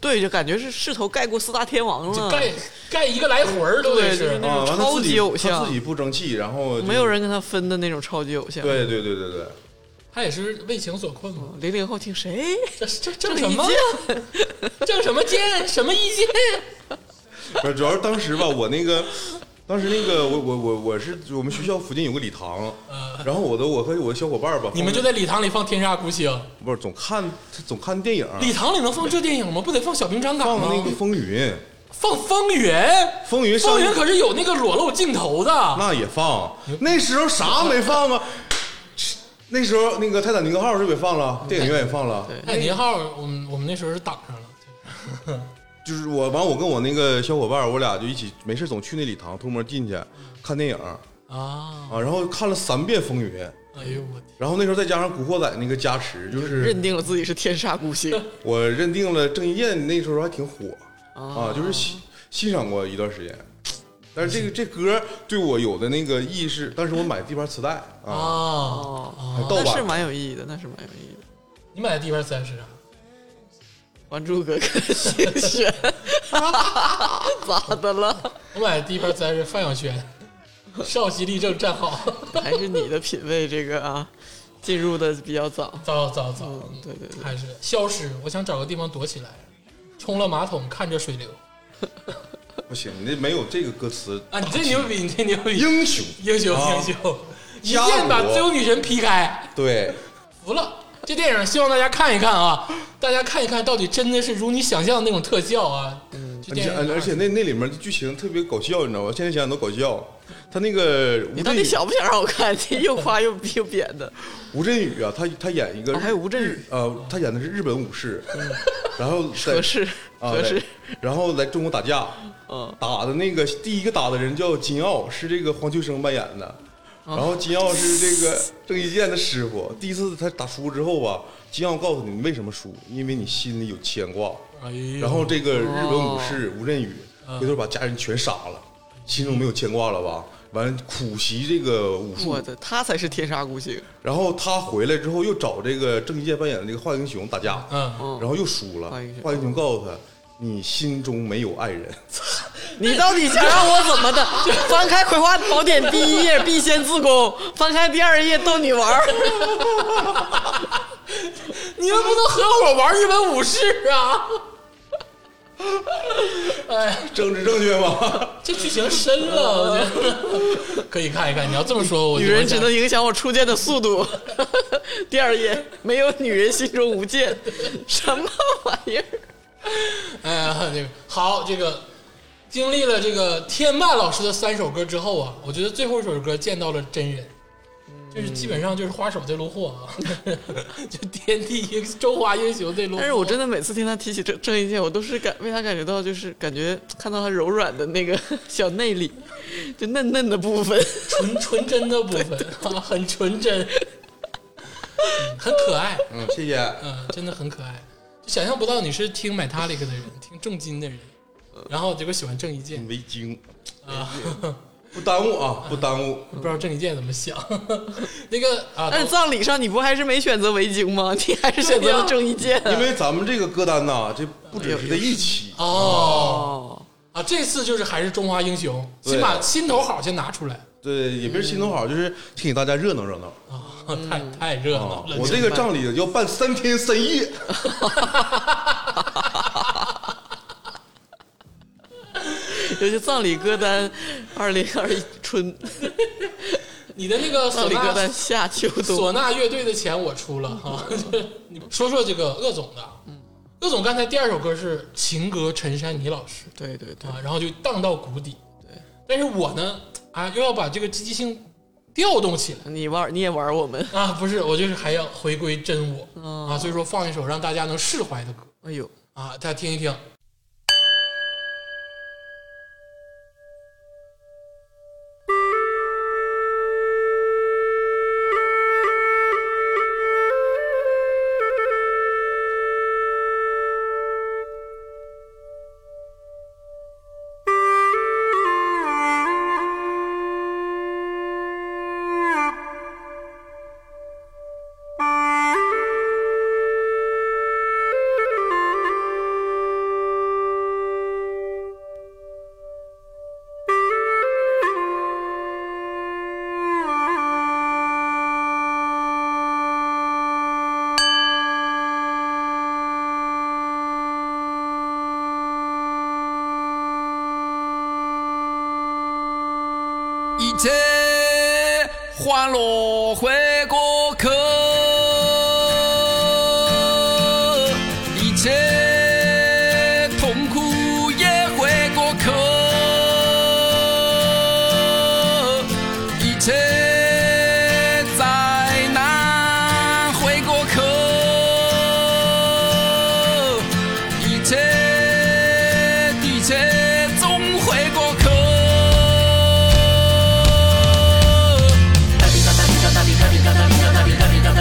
对，就感觉是势头盖过四大天王就了，盖盖一个来回儿都 对就得是是那。啊，完了超自级己偶像他自己不争气，然后就没有。人跟他分的那种超级偶像。，对对对对对，他也是为情所困嘛。零零后听谁？这这这郑什伊么健？这什么剑？什么意见？不是，主要是当时吧，我那个，当时那个，我我我我是我们学校附近有个礼堂，嗯然后我的我和我的小伙伴儿吧，你们就在礼堂里放《天煞孤星》，不是总看总看电影，礼堂里能放这电影吗？不得放《小兵张嘎》放吗？那个《风云》，放《风云》，风云《上风云》可是有那个裸露镜头的。那也放，那时候啥没放啊？那时候那个《泰坦尼克号》是不是也放了？电影院也放了。哎，您号，我们我们那时候是挡上了。就是我完，我跟我那个小伙伴儿，我俩就一起没事总去那礼堂偷摸进去看电影啊，啊，然后看了三遍《风云》，哎呦我天！然后那时候再加上《古惑仔》那个加持，就是认定了自己是天煞孤星。我认定了郑伊健那时候还挺火啊，哦就是欣欣赏过一段时间。但是这个这歌对我有的那个意识，当时我买第一盘磁带啊，啊，哦，盗那版是蛮有意义的，那是蛮有意义的。你买的地盘三十啊？ 《还珠格格》谢谢， 咋的了？我买的第一盘三是范晓萱，少息立正站好，还是你的品味这个啊，进入的比较早。早早早，嗯，对对对，还是消失。我想找个地方躲起来，冲了马桶，看着水流。不行，你那没有这个歌词啊，你这牛逼，你这牛逼，英雄英雄啊英雄，一加剑把我自由女神劈开，对，服了。这电影希望大家看一看啊，大家看一看到底真的是如你想象的那种特效啊。嗯这你电影而且那那里面的剧情特别搞笑，你知道吗？现在想想都搞笑。他那个吴你到镇底宇，想不想让我看？ 你又夸又又贬的。吴镇宇啊，他他演一个哦还有吴镇宇嗯日呃，他演的是日本武士， 然后在合适啊合适对，然后来中国打架，嗯打的那个第一个打的人叫金奥，是这个黄秋生扮演的。哦然后金奥是这个郑伊健的师傅。第一次他打输之后吧，金奥告诉你你为什么输，因为你心里有牵挂。哎呦然后这个日本武哦士吴镇宇嗯回头把家人全杀了，心中没有牵挂了吧？完苦习这个武术我，的，他才是天杀孤星。然后他回来之后又找这个郑伊健扮演的这个华英雄打架，嗯，然后又输了。华英雄华英雄告诉他，你心中没有爱人。 你到底想让我怎么的？翻开《葵花宝典》第一页，必先自宫；翻开第二页，逗你玩儿。 你们不能合伙玩日本武士啊？哎呀。政治正确吗？这剧情深了，啊我觉得可以看一看。你要这么说，我女就人想只能影响我出剑的速度。第二页，没有女人心中无剑，什么玩意儿？哎呀，这个好，这个经历了这个天霸老师的三首歌之后啊，我觉得最后一首歌见到了真人，嗯就是基本上就是花手这路货啊， 就天地英中华英雄 这路货。但是我真的每次听他提起郑郑伊健，我都是感为他感觉到，就是感觉看到他柔软的那个 小内里，就嫩嫩的部分。 纯纯真的部分啊，很纯真，嗯很可爱，嗯，谢谢。嗯，真的很可爱。就想象不到你是听 Metallica 的人，听重金的人，然后结果喜欢郑伊健。围巾啊，嗯 不耽误 啊，不耽误。不知道郑伊健怎么想。那个啊， 但是葬礼上你不还是没选择围巾吗？你还是选择了郑伊健。啊因为咱们这个歌单呐，这不只是在一起，哦哦，啊，这次就是还是中华英雄，对先把心头好先拿出来。嗯对，也别是心头好，就是先给大家热闹热闹啊， 太嗯太热啊闹了！！我这个葬礼要办三天三 夜，尤其葬礼歌单，二零二一春 你的那个唢葬礼歌呐单夏秋冬，唢呐乐队的钱我出了哈。 你嗯说说这个鄂总的，嗯鄂总刚才第二首歌是情歌陈珊妮老师对对对，啊，然后就荡到谷底。对，但是我呢啊，又要把这个积极性调动起来。你玩你也玩我们，嗯啊，不是，我就是还要回归真我、啊，所以说放一首让大家能释怀的歌哎呦，啊，大家听一听。哦一切欢乐会过客，一切痛苦也会过客，一切灾难会过客，一切的一切总会过客。哒比哒哒比哒哒比哒比哒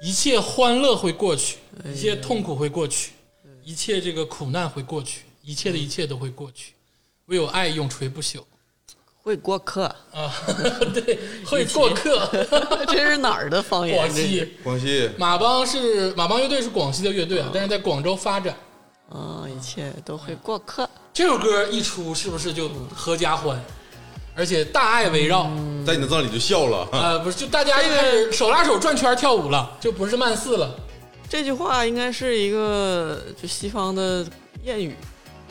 一切欢乐会过去，哎一切痛苦会过去，一切这个苦难会过去，一切的一切都会过去，唯有爱永垂不朽会过客，啊！ 对，会过客。 这是哪儿的方 言？广这是西广西马帮是马帮乐队是广西的乐队啊，但是在广州发展。啊，一切都会过客。这首歌一出，是不是就合家欢？而且大爱围绕，嗯在你的葬礼就笑了，呃，不是，就大家就开始手拉手转圈跳舞了，啊就不是慢四了，这句话应该是一个就西方的谚语，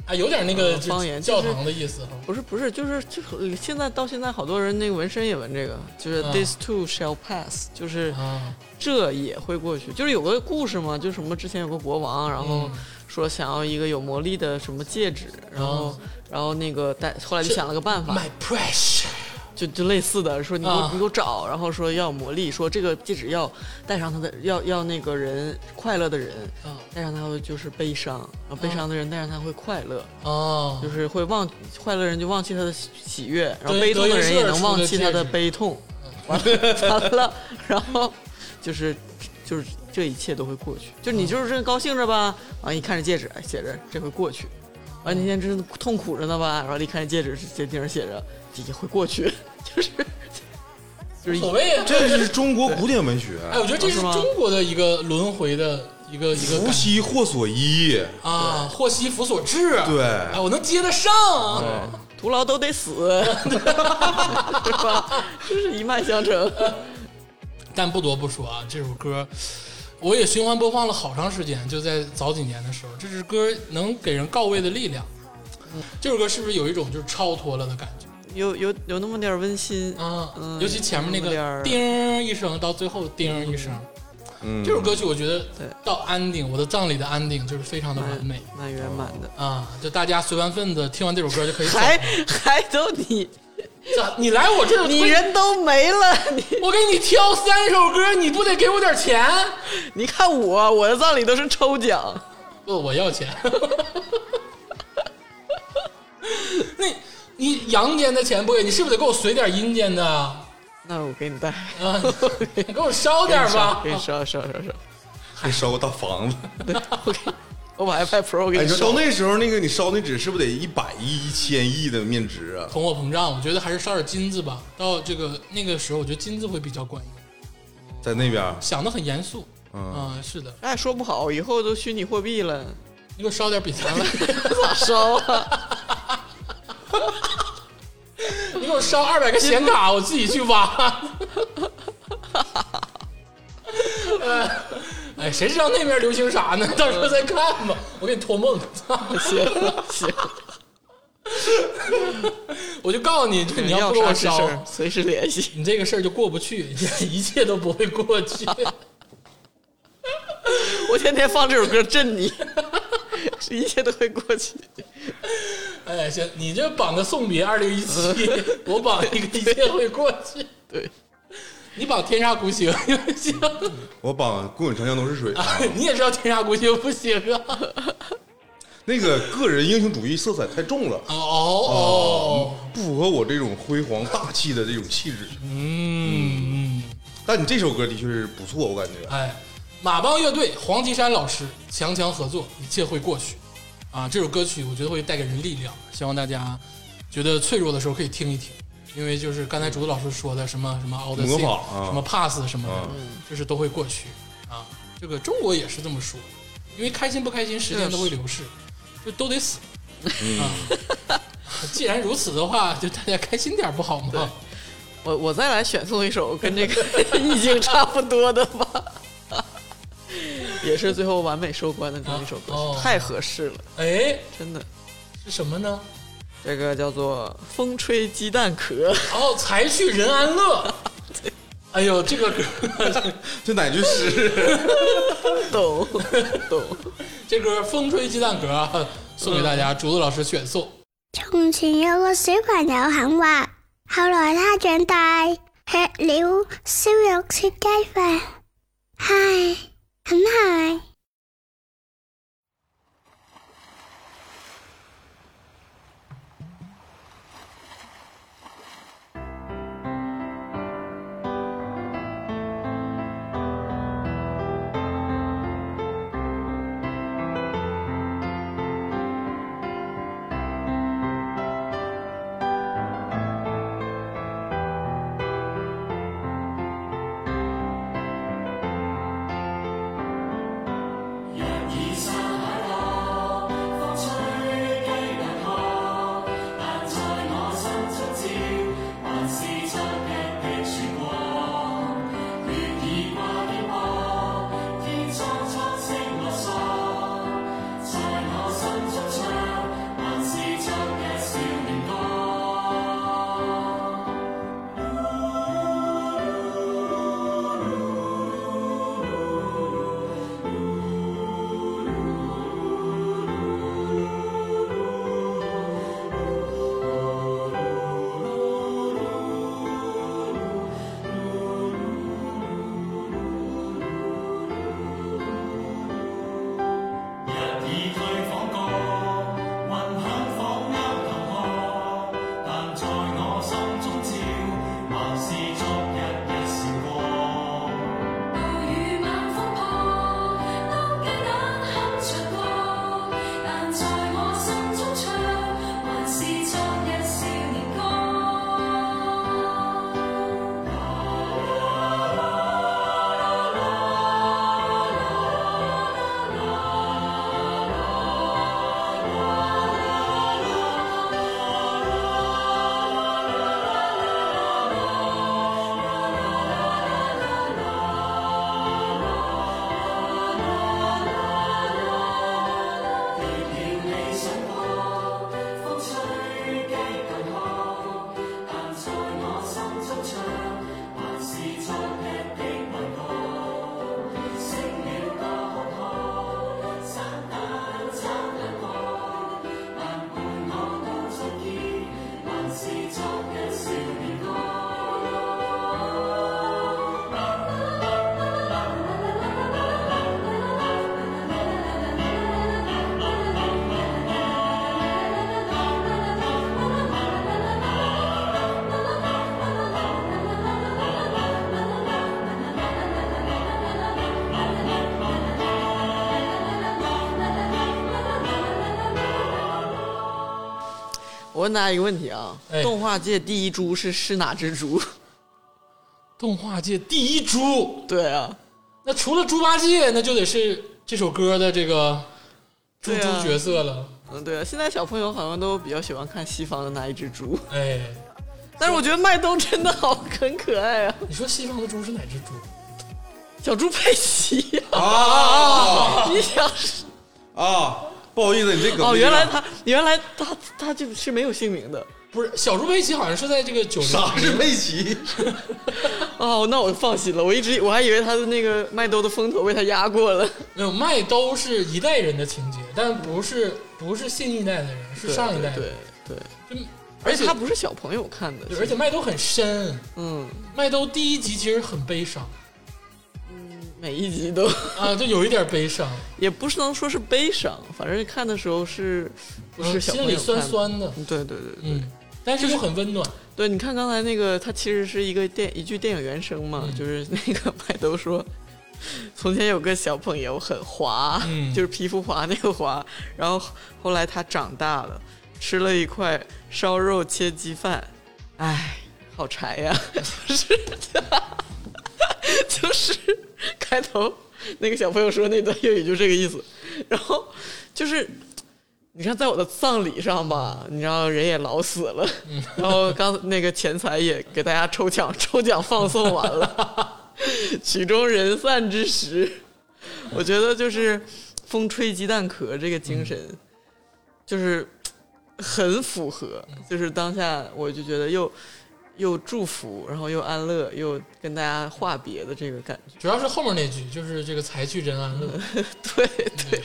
啊，有点那个呃方言教就是堂的意思哈。不是不是，就是就是现在到现在好多人那个纹身也纹这个，就是啊 this too shall pass，就是啊，这也会过去。就是有个故事嘛，就什么之前有个国王，然嗯后说想要一个有魔力的什么戒指，然后啊然后那个但后来就想了个办法， My precious，就就类似的，说你给我、啊你给我找，然后说要有魔力，说这个戒指要戴上他的，要要那个人快乐的人，啊戴上它会就是悲伤，然后悲伤的人戴上它会快乐，哦就，是会忘快乐人就忘记他的喜喜悦，然后德悲痛的人也德云社出能的忘记他的戒指悲痛，完了 完了，然后就是就是这一切都会过去，就你就是真高兴着吧，完一看这戒指，哎，写着这会过去。啊完，那天真痛苦着呢吧？然后一看这戒指，这顶上写着“也会过去”， 就是就是一所谓啊，这是中国古典文学，哎，我觉得这是是吗中国的一个轮回的一个一个福感兮祸所依，啊，祸兮福所至，对哎，我能接得上啊，嗯徒劳都得死， 对吧？就是一脉相承。 但不得不说啊，这首歌我也循环播放了好长时间，就在早几年的时候，这支歌能给人告慰的力量。 这首歌是不是有一种就是超脱了的感觉嗯有有有那么点儿温馨啊？嗯尤其前面那有点个儿叮儿一声，到最后叮儿一声，嗯这首歌曲我觉得对到安定，我的葬礼的安定就是非常的完美蛮圆满的，啊！就大家随完份子，听完这首歌就可以走。还还都你咋你来我这儿，你人都没了，你 我给你挑三首歌，你不得给我点钱？ 你看我我的葬礼都是抽奖，不，我要钱。那你阳间的钱不给你，是不是得给我随点阴间的啊？那我给你带，给我烧点吧 给。你烧烧烧烧， 给烧个大房子。我把 iPad Pro 给哎，你你说烧到。那时候，那个你烧那纸是不是得一百亿、一千亿的面值啊？通货膨胀，我觉得还是烧点金子吧。到这个那个时候，我觉得金子会比较管用，在那边，想的很严肃。嗯啊、是的，哎，说不好，以后都虚拟货币了，你给我烧点比咱们， 咋烧啊？ 你给我烧二百个显卡，我自己去 挖。哎，谁知道那边流行啥呢？到时候再看吧。我给你托梦。嗯行行， 我就告诉你，就你要要不给啥我事烧，儿随时联系。你这个事儿就过不去，一切都不会过去。我天天放这首歌震 你，一切都会过去。哎，行，你这绑个送别二零一 七，我绑一个一切会过去，对，你绑天煞孤星 行，我绑滚滚长江东逝水啊， 你也知道天煞孤星不行啊。那个个人英雄主义色彩太重了，啊嗯哦哦，不符合我这种辉煌大气的这种气质。嗯，但你这首歌的确是不错，我感觉。哎，马帮乐队黄绮珊老师强强合作，一切会过去。啊，这首歌曲我觉得会带给人力量，希望大家觉得脆弱的时候可以听一听，因为就是刚才竹子老师说的什么什么 all the 模 thing，仿啊什么 pass 什么啊的，就是都会过去啊。这个中国也是这么说，因为开心不开心，时间都会流逝，就都得死。嗯啊， 既然如此的话，就大家开心点不好吗？我我再来选送一首跟这个 意境差不多的吧， 也是最后完美收官的这么一首歌啊哦曲，太合适了，哎，真的。是什么呢？这个叫做《风吹鸡蛋壳》，哦，才去人安乐。哎呦，这个歌， 这哪句诗？ 懂懂。这歌《风吹鸡蛋壳》啊，送给大家，竹子老师选送。從前有個小朋友肯畫，後來他長大，吃了燒肉切雞飯，嗨，很嗨。风我问大家一个问题啊，哎动画界第一猪是是哪只猪？动画界第一猪，对啊，那除了猪八戒，那就得是这首歌的这个 猪对啊猪角色了。嗯，对啊，现在小朋友好像都比较喜欢看西方的那一只猪，哎，但是我觉得麦冬真的好很可爱啊，你说西方的猪是哪只猪？小猪佩奇啊，啊你想是啊！不好意思，你这梗啊哦，没原来接上他原来他他就是没有姓名的不是小猪佩奇，好像是在这个九零啥是佩奇？ 哦，那我放心了，我一直以我还以为他的那个麦兜的风头被他压过了，没有麦兜是一代人的情节，但不是不是新一代的人，是上一代的对人。对，对就而且且他不是小朋友看的，对而且麦兜很深，嗯，麦兜第一集其实很悲伤嗯每一集都。 啊，就有一点悲伤，也不是能说是悲伤，反正看的时候是不嗯是小朋友心里看的酸。酸的，对对对对嗯，但是又很温暖。对，你看刚才那个，它其实是一个电一句电影原声嗯嘛，就是 那个麦兜说，从前有个小朋友很滑，嗯就是皮肤滑那个滑，然后后来他长大了，吃了一块烧肉切鸡饭，唉，好柴呀、 就是。就是开头那个小朋友说那段粤语就这个意思，然后就是你看在我的葬礼上吧，你知道人也老死了，嗯然后刚那个钱财也给大家抽奖，抽奖放送完了， 曲终人散之时，我觉得就是风吹鸡蛋壳这个嗯精神，就是很符合，嗯就是当下我就觉得又。又祝福，然后又安乐，又跟大家话别的这个感觉。主要是后面那句，就是这个才去人安 乐，对对，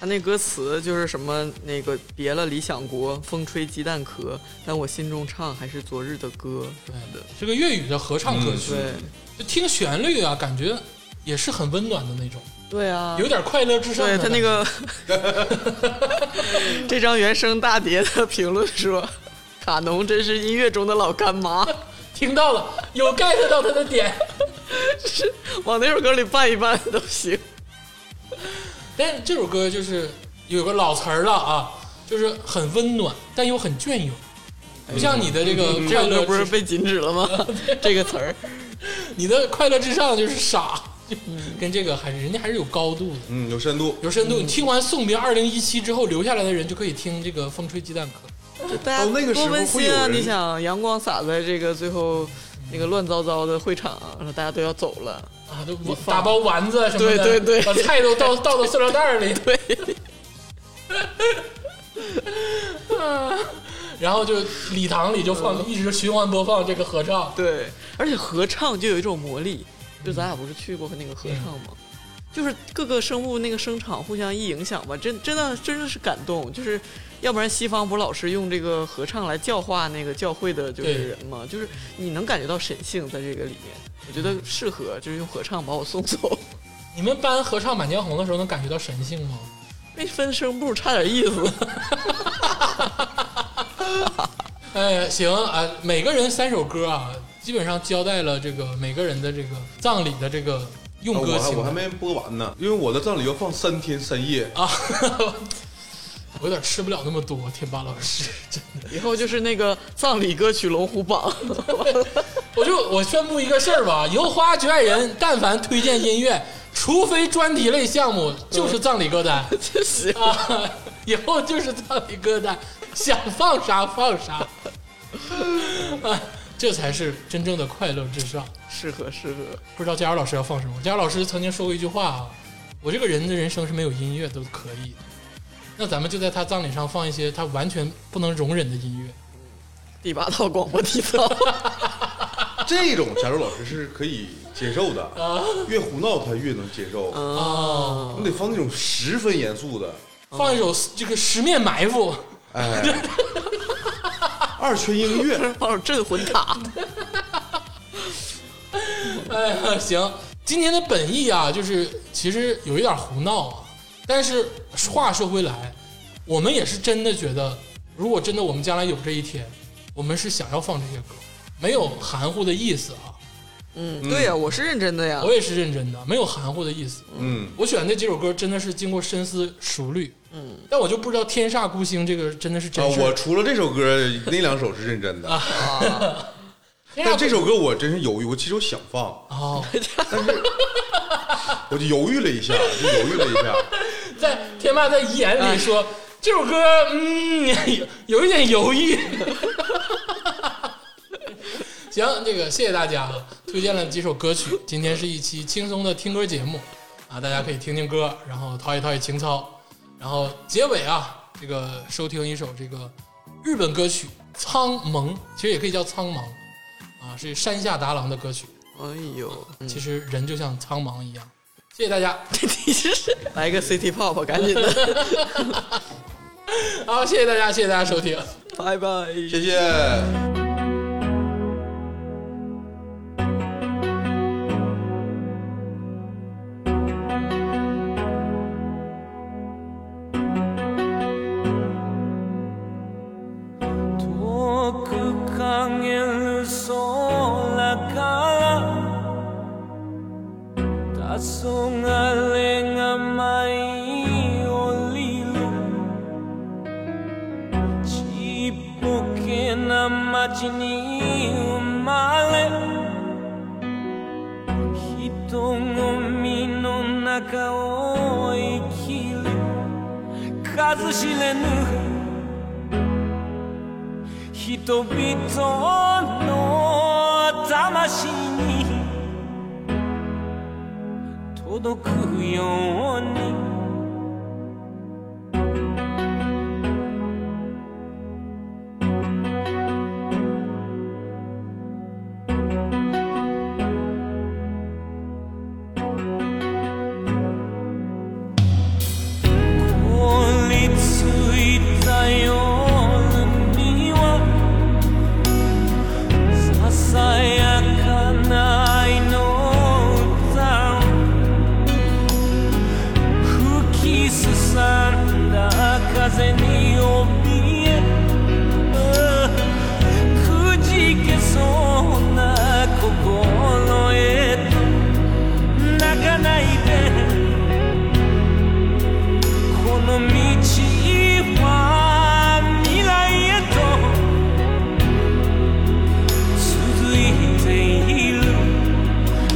他那歌词就是什么那个别了理想国，风吹鸡蛋壳，但我心中唱还是昨日的歌什么的。是个粤语的合唱歌曲，嗯对就听旋律啊，感觉也是很温暖的那种，对啊，有点快乐至上对的他感觉。那个这张原声大碟的评论说，卡农真是音乐中的老干妈， 听到了，有 get 到他的点， 往那首歌里拌一拌都行。但是这首歌就是有个老词儿了啊，就是很温暖，但又很隽永，哎不像你的这个这快首乐歌不是至，被禁止了 吗？ 这个词儿，你的快乐至上就是傻，跟这个还是人家还是有高度的。嗯，有深度，有深度。你听完《送别二零一七》之后，留下来的人就可以听这个《风吹鸡蛋壳》。大哦家到那个时多候温会馨有啊！人你想，阳光洒在这个最后那个乱糟糟的会场，然后大家都要走了。啊，都打包丸子什么的，对对对把菜都倒倒到塑料袋里， 对，然后就礼堂里就嗯放，一直循环播放这个合唱。对，而且合唱就有一种魔力，就咱俩不是去过那个合唱吗？就是各个生物那个声场互相一影响吧，真真的真的是感动。就是要不然西方不是老是用这个合唱来教化那个教会的就是人吗？就是你能感觉到神性在这个里面，我觉得适合就是用合唱把我送走。 你们班合唱《满江红》的时候，能感觉到神性吗？那分声部差点意思，哎，行啊，每个人三首歌啊，基本上交代了这个每个人的这个葬礼的这个用歌我还行我还为没播完呢，因为我的葬礼要放三天三夜，啊。我有点吃不了那么多，天霸老师，真的，以后就是那个葬礼歌曲龙虎榜。 我就我宣布一个事儿吧，以后花局爱人但凡推荐音乐，除非专题类项目，就是葬礼歌 单。就行，啊，以后就是葬礼歌单，想放啥放啥，啊，这才是真正的快乐至上。适合适合。不知道佳茹老师要放什么？佳茹老师曾经说过一句话啊，我这个人的人生是没有音乐都可以的。那咱们就在他葬礼上放一些他完全不能容忍的音乐。第八套广播体操，这种假如老师是可以接受的，越胡闹他越能接受，你得放那种十分严肃的，放一首这个十面埋伏，哎，二泉映月， 放首镇魂塔。 哎呀，行，今天的本意啊，就是其实有一点胡闹啊，但是话说回来，我们也是真的觉得，如果真的我们将来有这一天，我们是想要放这些歌，没有含糊的意思啊。嗯，对呀、我是认真的呀。我也是认真的，没有含糊的意思。嗯，我选的这首歌真的是经过深思熟虑。嗯，但我就不知道“天煞孤星”这个真的是啊真，事儿。我除了这首歌，那两首是认真的。天煞但孤这首歌我真是犹豫，我其实我想放，哦，我就犹豫了一下，就犹豫了一下。在天霸在遗言里说、这首歌，嗯，有有一点犹豫。 行，这个谢谢大家啊，推荐了几首歌曲。今天是一期轻松的听歌节目啊，大家可以听听歌，然后陶冶陶冶情操，然后结尾啊，这个收听一首这个日本歌曲《苍茫》，其实也可以叫《苍茫》啊，是山下达郎的歌曲。哎呦，其实人就像苍茫一样。 谢谢 大家，来个 City Pop，赶紧的，好，谢谢大家，谢谢大家收听。拜拜。谢谢。遠く陰る空から黄昏が舞い降りるちっぽけな町に生まれ人混みの中を生きる数知れぬ人々の魂に届くように凍りついた夜にはささやかな愛の歌を吹きすさんだ風に怯えくじけそうな心へと泣かないでこの道は未来へと続いている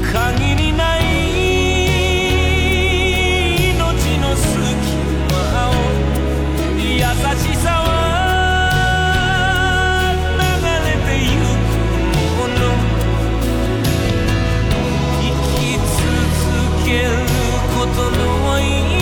限りない命の隙間を優しさは流れてゆくもの生き続けることの意味